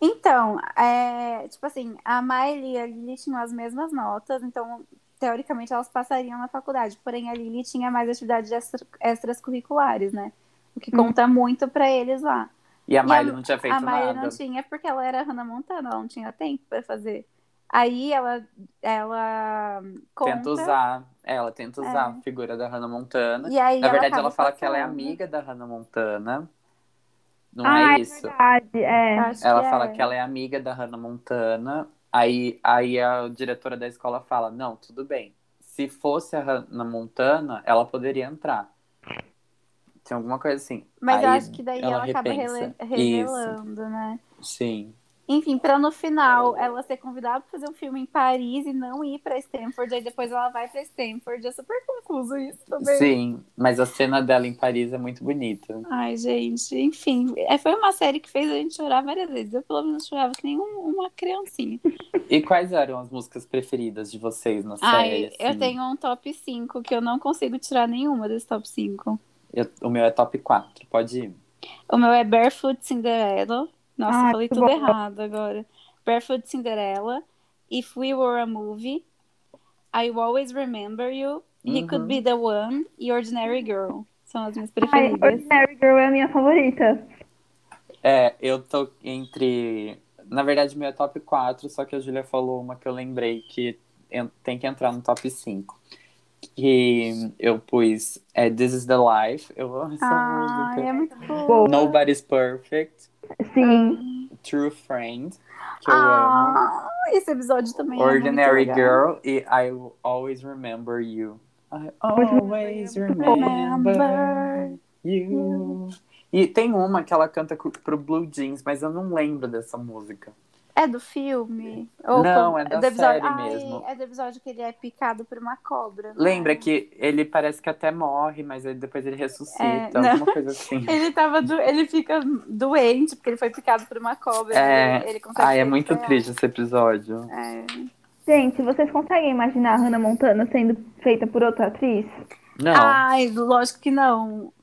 Então, é, tipo assim, a Miley e a Lily tinham as mesmas notas, então, teoricamente, elas passariam na faculdade. Porém, a Lily tinha mais atividades extra- extracurriculares, né? O que
Hum.
conta muito pra eles lá.
E a
E
Miley
a-
não tinha feito
A Miley
nada.
não tinha porque ela era Hannah Montana, ela não tinha tempo pra fazer. Aí ela, ela conta. É.
Tenta usar. Ela tenta usar a figura da Hannah Montana.
E aí
Na verdade,
acaba
ela fala que ela é
passando.
amiga da Hannah Montana. Não
Ah,
é isso.
Verdade, é.
Acho
ela
é.
fala que ela é amiga da Hannah Montana. Aí, aí a diretora da escola fala: Não, tudo bem. Se fosse a Hannah Montana, ela poderia entrar. Tem alguma coisa assim.
Mas eu
Aí
acho que daí
ela
ela, acaba
repensa.
rele- revelando, né?
Sim.
Enfim, pra no final ela ser convidada pra fazer um filme em Paris e não ir pra Stanford, aí depois ela vai pra Stanford. É super confuso isso também.
Sim, mas a cena dela em Paris é muito bonita.
Ai, gente, enfim, é, foi uma série que fez a gente chorar várias vezes. Eu, pelo menos, chorava que nem um- uma criancinha.
E quais eram as músicas preferidas de vocês na série?
Ai, eu
assim?
tenho um top 5 que eu não consigo tirar nenhuma desse top 5.
Eu- o meu é top 4, pode ir.
O meu é Barefoot Cinderella. Nossa,
Ai,
falei
que
tudo
bom.
errado agora. Barefoot Cinderella. If We Were a Movie. I Will Always Remember You. He
Uhum.
Could Be the One. E Ordinary Girl. São as minhas
Ai,
preferidas.
Ordinary Girl é a minha favorita.
É, eu tô entre. Na verdade, meu é top 4, só que a Julia falou uma que eu lembrei que en- tem que entrar no top 5. Que eu pus é, This is the Life. Eu amo essa
Ai,
música.
é muito boa.
Boa.
Nobody's Perfect.
Sim.
True Friend, que eu amo.
Ah, esse episódio também é
Ordinary
muito legal.
Girl e I Will Always Remember You. I always remember
Remember.
you. E tem uma que ela canta co- pro Blue Jeans, mas eu não lembro dessa música.
É do filme?
Não,
como-
é da
do episódio...
série
Ai,
mesmo.
É do episódio que ele é picado por uma cobra. não
Lembra
é?
que ele parece que até morre, mas ele- depois ele ressuscita,
É, não.
alguma coisa assim.
Ele tava do... ele fica doente porque ele foi picado por uma cobra.
É.
né? Ele consegue
Ai, é
se
muito
recuperar.
triste esse episódio.
É.
Gente, vocês conseguem imaginar a Hannah Montana sendo feita por outra atriz?
Não,
Ai, lógico que não.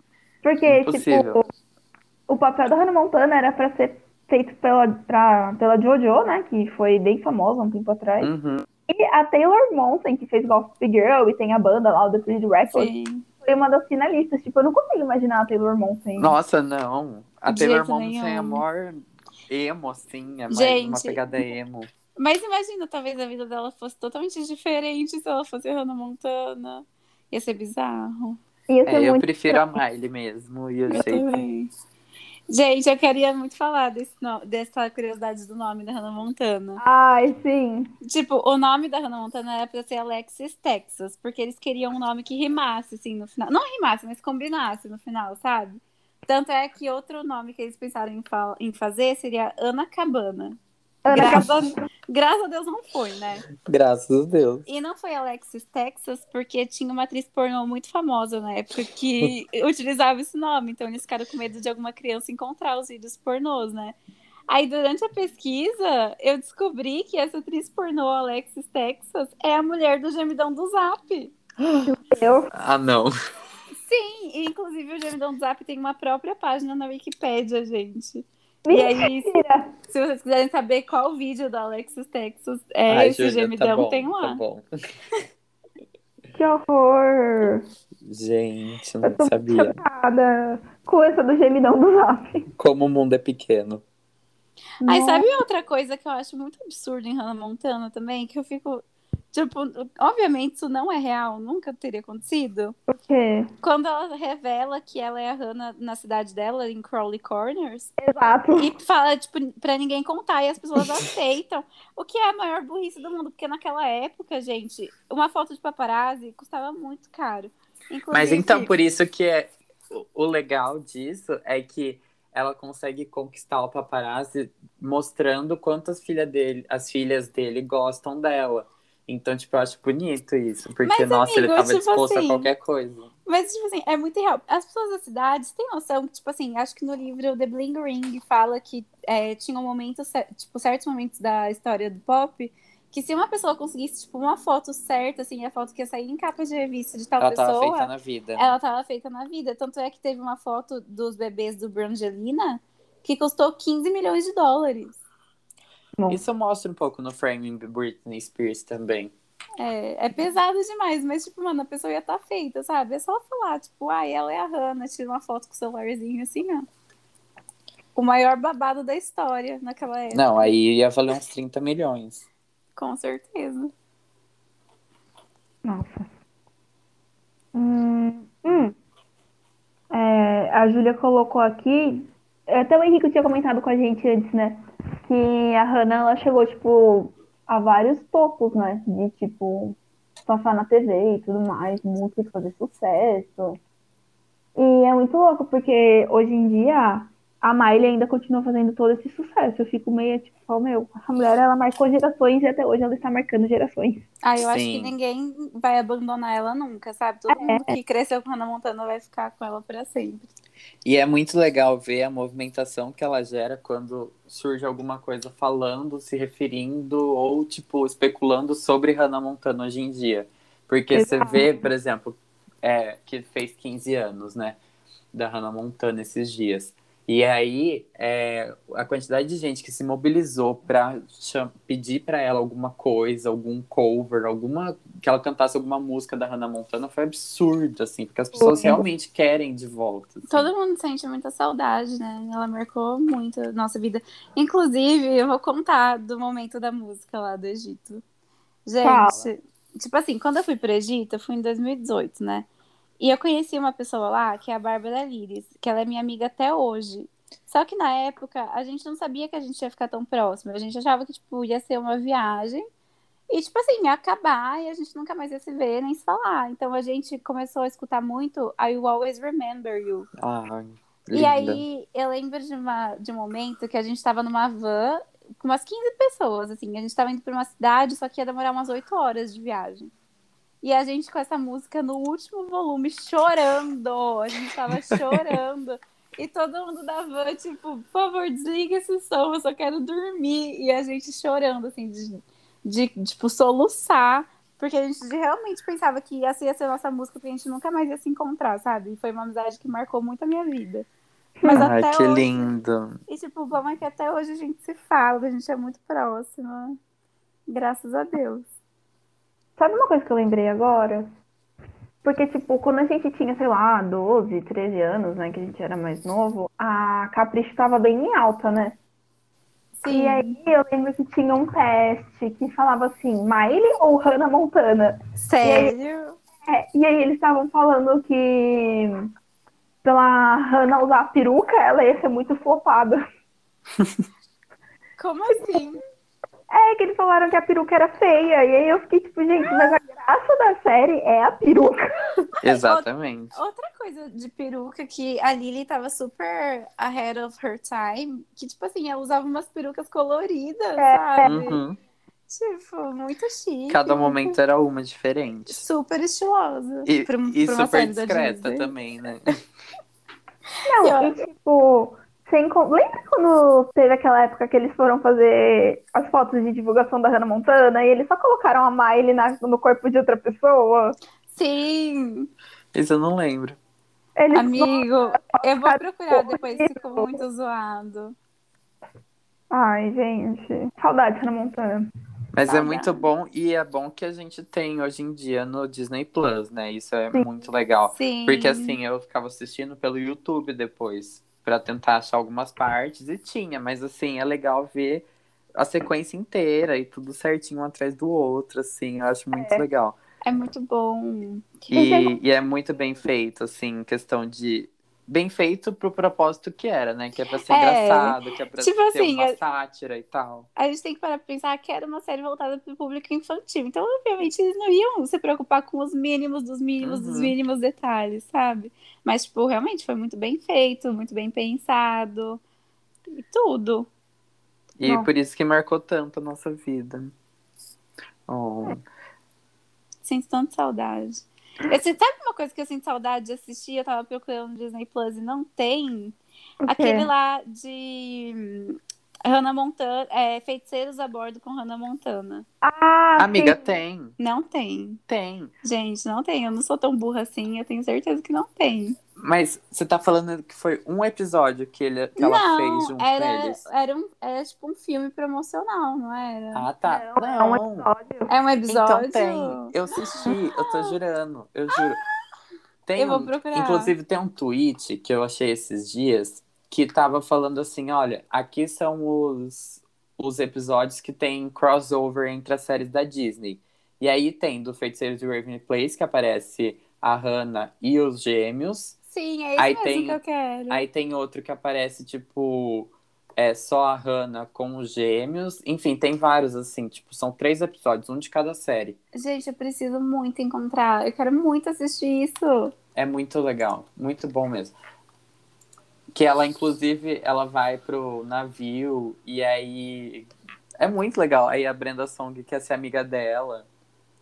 Porque,
Impossível.
tipo, o papel da Hannah Montana era pra ser feito pela, pra- pela Jojo, né? Que foi bem famosa um tempo atrás.
uhum.
E a Taylor Monson, que fez Gossip Girl e tem a banda lá, o The Pretty Record,
Sim.
foi uma das finalistas. Tipo, eu não consigo imaginar a Taylor Monson.
Nossa, não. A
De
Taylor
jeito
Monson é
nenhum.
amor emo, assim, é mais uma
Gente.
pegada emo.
Mas imagina, talvez a vida dela fosse totalmente diferente se ela fosse Hannah Montana. Ia ser bizarro.
Ia ser
É, eu
muito
prefiro a Miley mesmo. E o
Eu
jeito.
também. Gente, eu queria muito falar desse no- dessa curiosidade do nome da Hannah Montana.
Ai, sim.
Tipo, o nome da Hannah Montana era pra ser Alexis Texas, porque eles queriam um nome que rimasse, assim, no final. Não rimasse, mas combinasse no final, sabe? Tanto é que outro nome que eles pensaram em, fal- em fazer seria Ana Cabana.
Ana
graças, a... graças a Deus não foi, né?
Graças a Deus.
E não foi Alexis Texas, porque tinha uma atriz pornô muito famosa na época que utilizava esse nome. Então eles ficaram com medo de alguma criança encontrar os vídeos pornôs, né? Aí durante a pesquisa, eu descobri que essa atriz pornô, Alexis Texas, é a mulher do gemidão do Zap.
Eu,
Ah, não.
Sim, e inclusive o gemidão do Zap tem uma própria página na Wikipédia, gente. E
Mentira!
aí, se- se vocês quiserem saber qual vídeo da Alexis Texas é
Ai,
esse
Júlia,
gemidão,
tá bom,
tem um lá.
Tá bom.
que horror!
Gente, eu
Eu tô
não sabia.
chocada com essa do gemidão do Zap.
Como o mundo é pequeno.
Aí
Né?
sabe outra coisa que eu acho muito absurda em Hannah Montana também? Que eu fico. Tipo, obviamente isso não é real, nunca teria acontecido.
Nossa, o quê?
Quando ela revela que ela é a Hannah na cidade dela, em Crowley Corners,
Exato.
e fala, tipo, pra ninguém contar, e as pessoas aceitam. O que é a maior burrice do mundo, porque naquela época, gente, uma foto de paparazzi custava muito caro. Inclusive,
Mas então, por isso que é... o- o legal disso é que ela consegue conquistar o paparazzi mostrando quantas filha dele, as filhas dele gostam dela. Então, tipo, eu acho bonito isso. Porque,
Mas,
nossa, ele
amigo,
tava
tipo
disposto a
assim,
qualquer coisa.
Mas, tipo assim, é muito real. As pessoas da cidade têm noção que, tipo assim, acho que no livro The Bling Ring fala que é, tinha um momento, cer- tipo, certos momentos da história do pop, que se uma pessoa conseguisse, tipo, uma foto certa, assim, a foto que ia sair em capa de revista de tal
Ela tava
pessoa,
feita na vida.
ela tava feita na vida. Tanto é que teve uma foto dos bebês do Brangelina que custou 15 milhões de dólares.
Isso mostra um pouco no framing Britney Spears também.
É, é pesado demais, mas, tipo, mano, a pessoa ia estar feita, sabe? É só falar, tipo, ai, ela é a Hannah, tira uma foto com o celularzinho assim, ó. O maior babado da história naquela época,
Não, aí ia valer uns 30 milhões.
com certeza.
Nossa. Hum, hum. É, a Júlia colocou aqui. é, Até o Henrique tinha comentado com a gente antes, né? Que a Hannah ela chegou, tipo, a vários topos, né? De tipo, passar na TV e tudo mais, músicas fazer sucesso. E é muito louco, porque hoje em dia a Miley ainda continua fazendo todo esse sucesso. Eu fico meio tipo, oh, meu, essa mulher ela marcou gerações e até hoje ela está marcando gerações.
Ah, eu acho
Sim.
que ninguém vai abandonar ela nunca, sabe? Todo mundo que cresceu com a Hannah Montana vai ficar com ela pra sempre.
E é muito legal ver a movimentação que ela gera quando surge alguma coisa falando, se referindo ou, tipo, especulando sobre Hannah Montana hoje em dia. Porque
Exato.
você vê, por exemplo, é, que fez 15 anos, né? Da Hannah Montana esses dias. E aí, é, a quantidade de gente que se mobilizou pra cha- pedir pra ela alguma coisa, algum cover, alguma que ela cantasse alguma música da Hannah Montana foi absurdo, assim, porque as pessoas
Foi.
realmente querem de volta. assim.
Todo mundo sente muita saudade, né? Ela marcou muito a nossa vida. Inclusive, eu vou contar do momento da música lá do Egito. Gente,
Fala.
tipo assim, quando eu fui pro Egito, eu fui em 2018, né? E eu conheci uma pessoa lá, que é a Bárbara Lires, que ela é minha amiga até hoje. Só que na época, a gente não sabia que a gente ia ficar tão próximo. A gente achava que, tipo, ia ser uma viagem. E, tipo assim, ia acabar e a gente nunca mais ia se ver nem se falar. Então a gente começou a escutar muito I Will Always Remember You.
Ah,
E aí, eu lembro de, uma, de um momento que a gente tava numa van com umas 15 pessoas, assim. A gente tava indo pra uma cidade, só que ia demorar umas 8 horas de viagem. E a gente com essa música no último volume, chorando. A gente tava chorando. E todo mundo da van, tipo, por favor, desliga esse som, eu só quero dormir. E a gente chorando, assim, de, de tipo, soluçar. Porque a gente realmente pensava que essa ia ser a nossa música, que a gente nunca mais ia se encontrar, sabe? E foi uma amizade que marcou muito a minha vida. Mas
Ai,
até
que
hoje,
lindo.
e tipo, o bom é que até hoje a gente se fala, a gente é muito próxima. Graças a Deus.
Sabe uma coisa que eu lembrei agora? Porque, tipo, quando a gente tinha, sei lá, 12, 13 anos, né, que a gente era mais novo, a Capricho tava bem em alta, né?
Sim.
E aí eu lembro que tinha um teste que falava assim, Miley ou Hannah Montana?
Sério?
É, e aí eles estavam falando que pela Hannah usar a peruca, ela ia ser muito flopada.
Como assim?
É que eles falaram que a peruca era feia. E aí eu fiquei tipo, gente, mas a graça da série é a peruca.
Exatamente.
Outra coisa de peruca que a Lily tava super ahead of her time, que tipo assim, ela usava umas perucas coloridas,
É.
sabe?
Uhum.
Tipo, muito chique.
Cada momento era uma diferente.
Super estilosa.
E,
pra um-
e
pra uma
super
série da
discreta
Disney.
também, né?
Não, e tipo, sem con- lembra quando teve aquela época que eles foram fazer as fotos de divulgação da Hannah Montana e eles só colocaram a Miley na- no corpo de outra pessoa?
Sim,
Isso eu não lembro.
Eles
amigo. Eu vou procurar depois,
colorido.
ficou muito zoado.
Ai, gente. Saudade, Hannah Montana.
Mas é
Saudade.
muito bom e é bom que a gente tem hoje em dia no Disney Plus, né? Isso é
Sim.
muito legal.
Sim.
Porque assim, eu ficava assistindo pelo YouTube depois, pra tentar achar algumas partes e tinha, mas assim, é legal ver a sequência inteira e tudo certinho um atrás do outro, assim, eu acho muito legal.
É muito bom.
E, e é muito bem feito, assim, em questão de. Bem feito pro propósito que era, né? Que é pra ser
É.
engraçado, que é pra
Tipo
ser
assim,
uma
é-
sátira e tal.
A gente tem que parar pra pensar que era uma série voltada pro público infantil. Então, obviamente, eles não iam se preocupar com os mínimos dos mínimos dos
Uhum.
mínimos detalhes, sabe? Mas, tipo, realmente foi muito bem feito, muito bem pensado. E tudo.
E
Não.
por isso que marcou tanto a nossa vida.
É,
Oh.
Sinto tanta saudade. Esse, sabe uma coisa que eu sinto saudade de assistir? Eu tava procurando no Disney Plus e não tem.
O quê?
Aquele lá de hum, Hannah Montana. É, Feiticeiros a bordo com Hannah Montana.
Ah,
Amiga,
sim.
tem.
Não tem.
Tem.
Gente, não tem. Eu não sou tão burra assim. Eu tenho certeza que não tem.
Mas você tá falando que foi um episódio que, ele, que ela
não,
fez junto
era,
com eles.
Era, um, era tipo um filme promocional, não era?
Ah, tá.
Não, é um
Não.
episódio.
É um episódio. Ah,
Então tem. Eu assisti, eu tô jurando, eu juro. Tem
Eu vou
um-
procurar.
Inclusive tem um tweet que eu achei esses dias que tava falando assim, olha, aqui são os, os episódios que tem crossover entre as séries da Disney. E aí tem do Feiticeiros de Raven Place, que aparece a Hannah e os gêmeos.
Sim, é isso
Aí
mesmo
tem-
que eu quero.
Aí tem outro que aparece, tipo, é só a Hannah com os gêmeos. Enfim, tem vários, assim, tipo, são três episódios, um de cada série.
Gente, eu preciso muito encontrar. Eu quero muito assistir isso.
É muito legal, muito bom mesmo. Que ela, inclusive, ela vai pro navio e aí. É muito legal. Aí a Brenda Song quer ser amiga dela.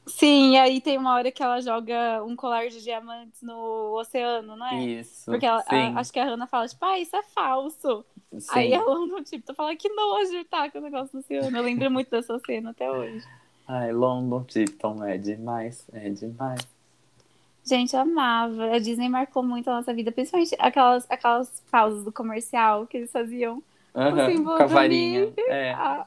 Sim, e aí tem uma hora que ela joga um colar de diamantes no oceano, não é?
Isso.
Porque ela,
sim,
a- acho que a Hannah fala, tipo, ah, isso é falso.
sim.
Aí a London, tipo, tu fala, que nojo, tá, com o negócio do oceano. Eu lembro muito dessa cena até hoje.
Ai, London Tipton é demais, é demais.
Gente, eu amava. A Disney marcou muito a nossa vida, principalmente aquelas, aquelas pausas do comercial que eles faziam.
Aham,
símbolo
com a
do
varinha. É.
Ah.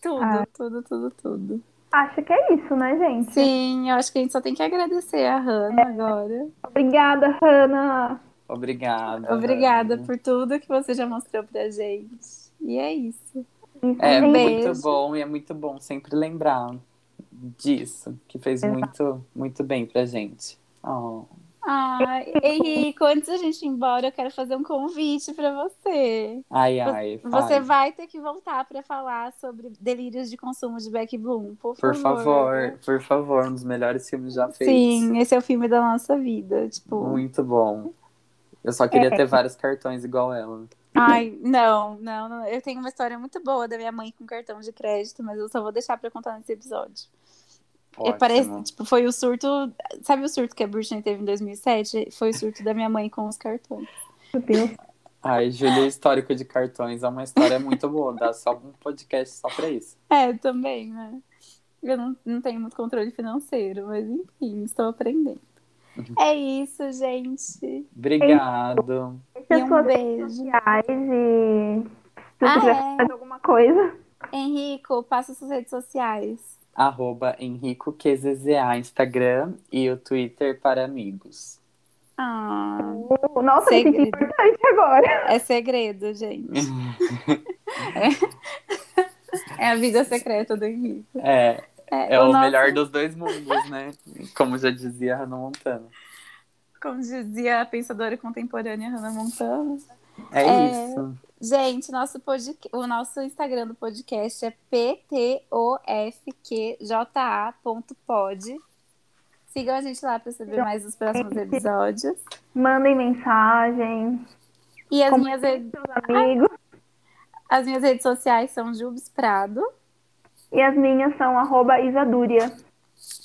Tudo,
Ah.
tudo, tudo, tudo.
Acho que é isso, né, gente?
Sim, eu acho que a gente só tem que agradecer a Hannah agora.
Obrigada, Hannah.
Obrigada.
Obrigada
Ana.
por tudo que você já mostrou pra gente. E é isso.
Isso,
Um
É
gente.
muito bom e é muito bom sempre lembrar disso, que fez
Exato.
muito, muito bem pra gente. Oh.
Ah, Henrico, antes da gente ir embora, eu quero fazer um convite pra você.
Ai, ai,
Você
fale.
vai ter que voltar pra falar sobre delírios de consumo de Beck Bloom, por favor.
Por favor, por favor, um dos melhores filmes já feitos.
Sim, esse é o filme da nossa vida. Tipo,
Muito bom. Eu só
É,
queria ter vários cartões igual ela.
ai, não, não, não. Eu tenho uma história muito boa da minha mãe com cartão de crédito, mas eu só vou deixar pra contar nesse episódio. É,
Ótimo.
parece, tipo, foi o surto. Sabe o surto que a Britney teve em 2007? Foi o surto da minha mãe com os cartões.
Meu Deus.
Ai, Júlia, histórico de cartões é uma história muito boa. Dá só um podcast só pra isso.
É, também, né? Eu não, não tenho muito controle financeiro, mas enfim, estou aprendendo. É isso, gente.
Obrigado.
Deixa
E
as
um
suas redes
beijo.
sociais e se você
Ah,
quiser
é.
fazer alguma coisa.
Henrico, passa suas redes sociais.
Arroba Henrico QZZA, Instagram e o Twitter para amigos.
Ah,
Nossa, eu me senti
Segredo.
importante agora.
é segredo, gente. É a vida secreta do Henrico.
É,
É,
É o,
nosso-
melhor dos dois mundos, né? Como já dizia Hannah Montana.
Como dizia a pensadora contemporânea Hannah Montana.
É,
É.
isso.
Gente, nosso podca- o nosso Instagram do podcast é ptofqja.pod. Sigam a gente lá para saber mais dos próximos episódios.
Mandem mensagem,
E as
Como-
minhas, re-
seus amigos.
as minhas redes sociais são Jubes Prado.
E as minhas são arroba Isaduria.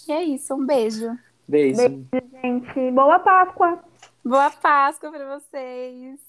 E é isso, um beijo.
Beijo.
Beijo. Gente, boa Páscoa!
Boa Páscoa para vocês.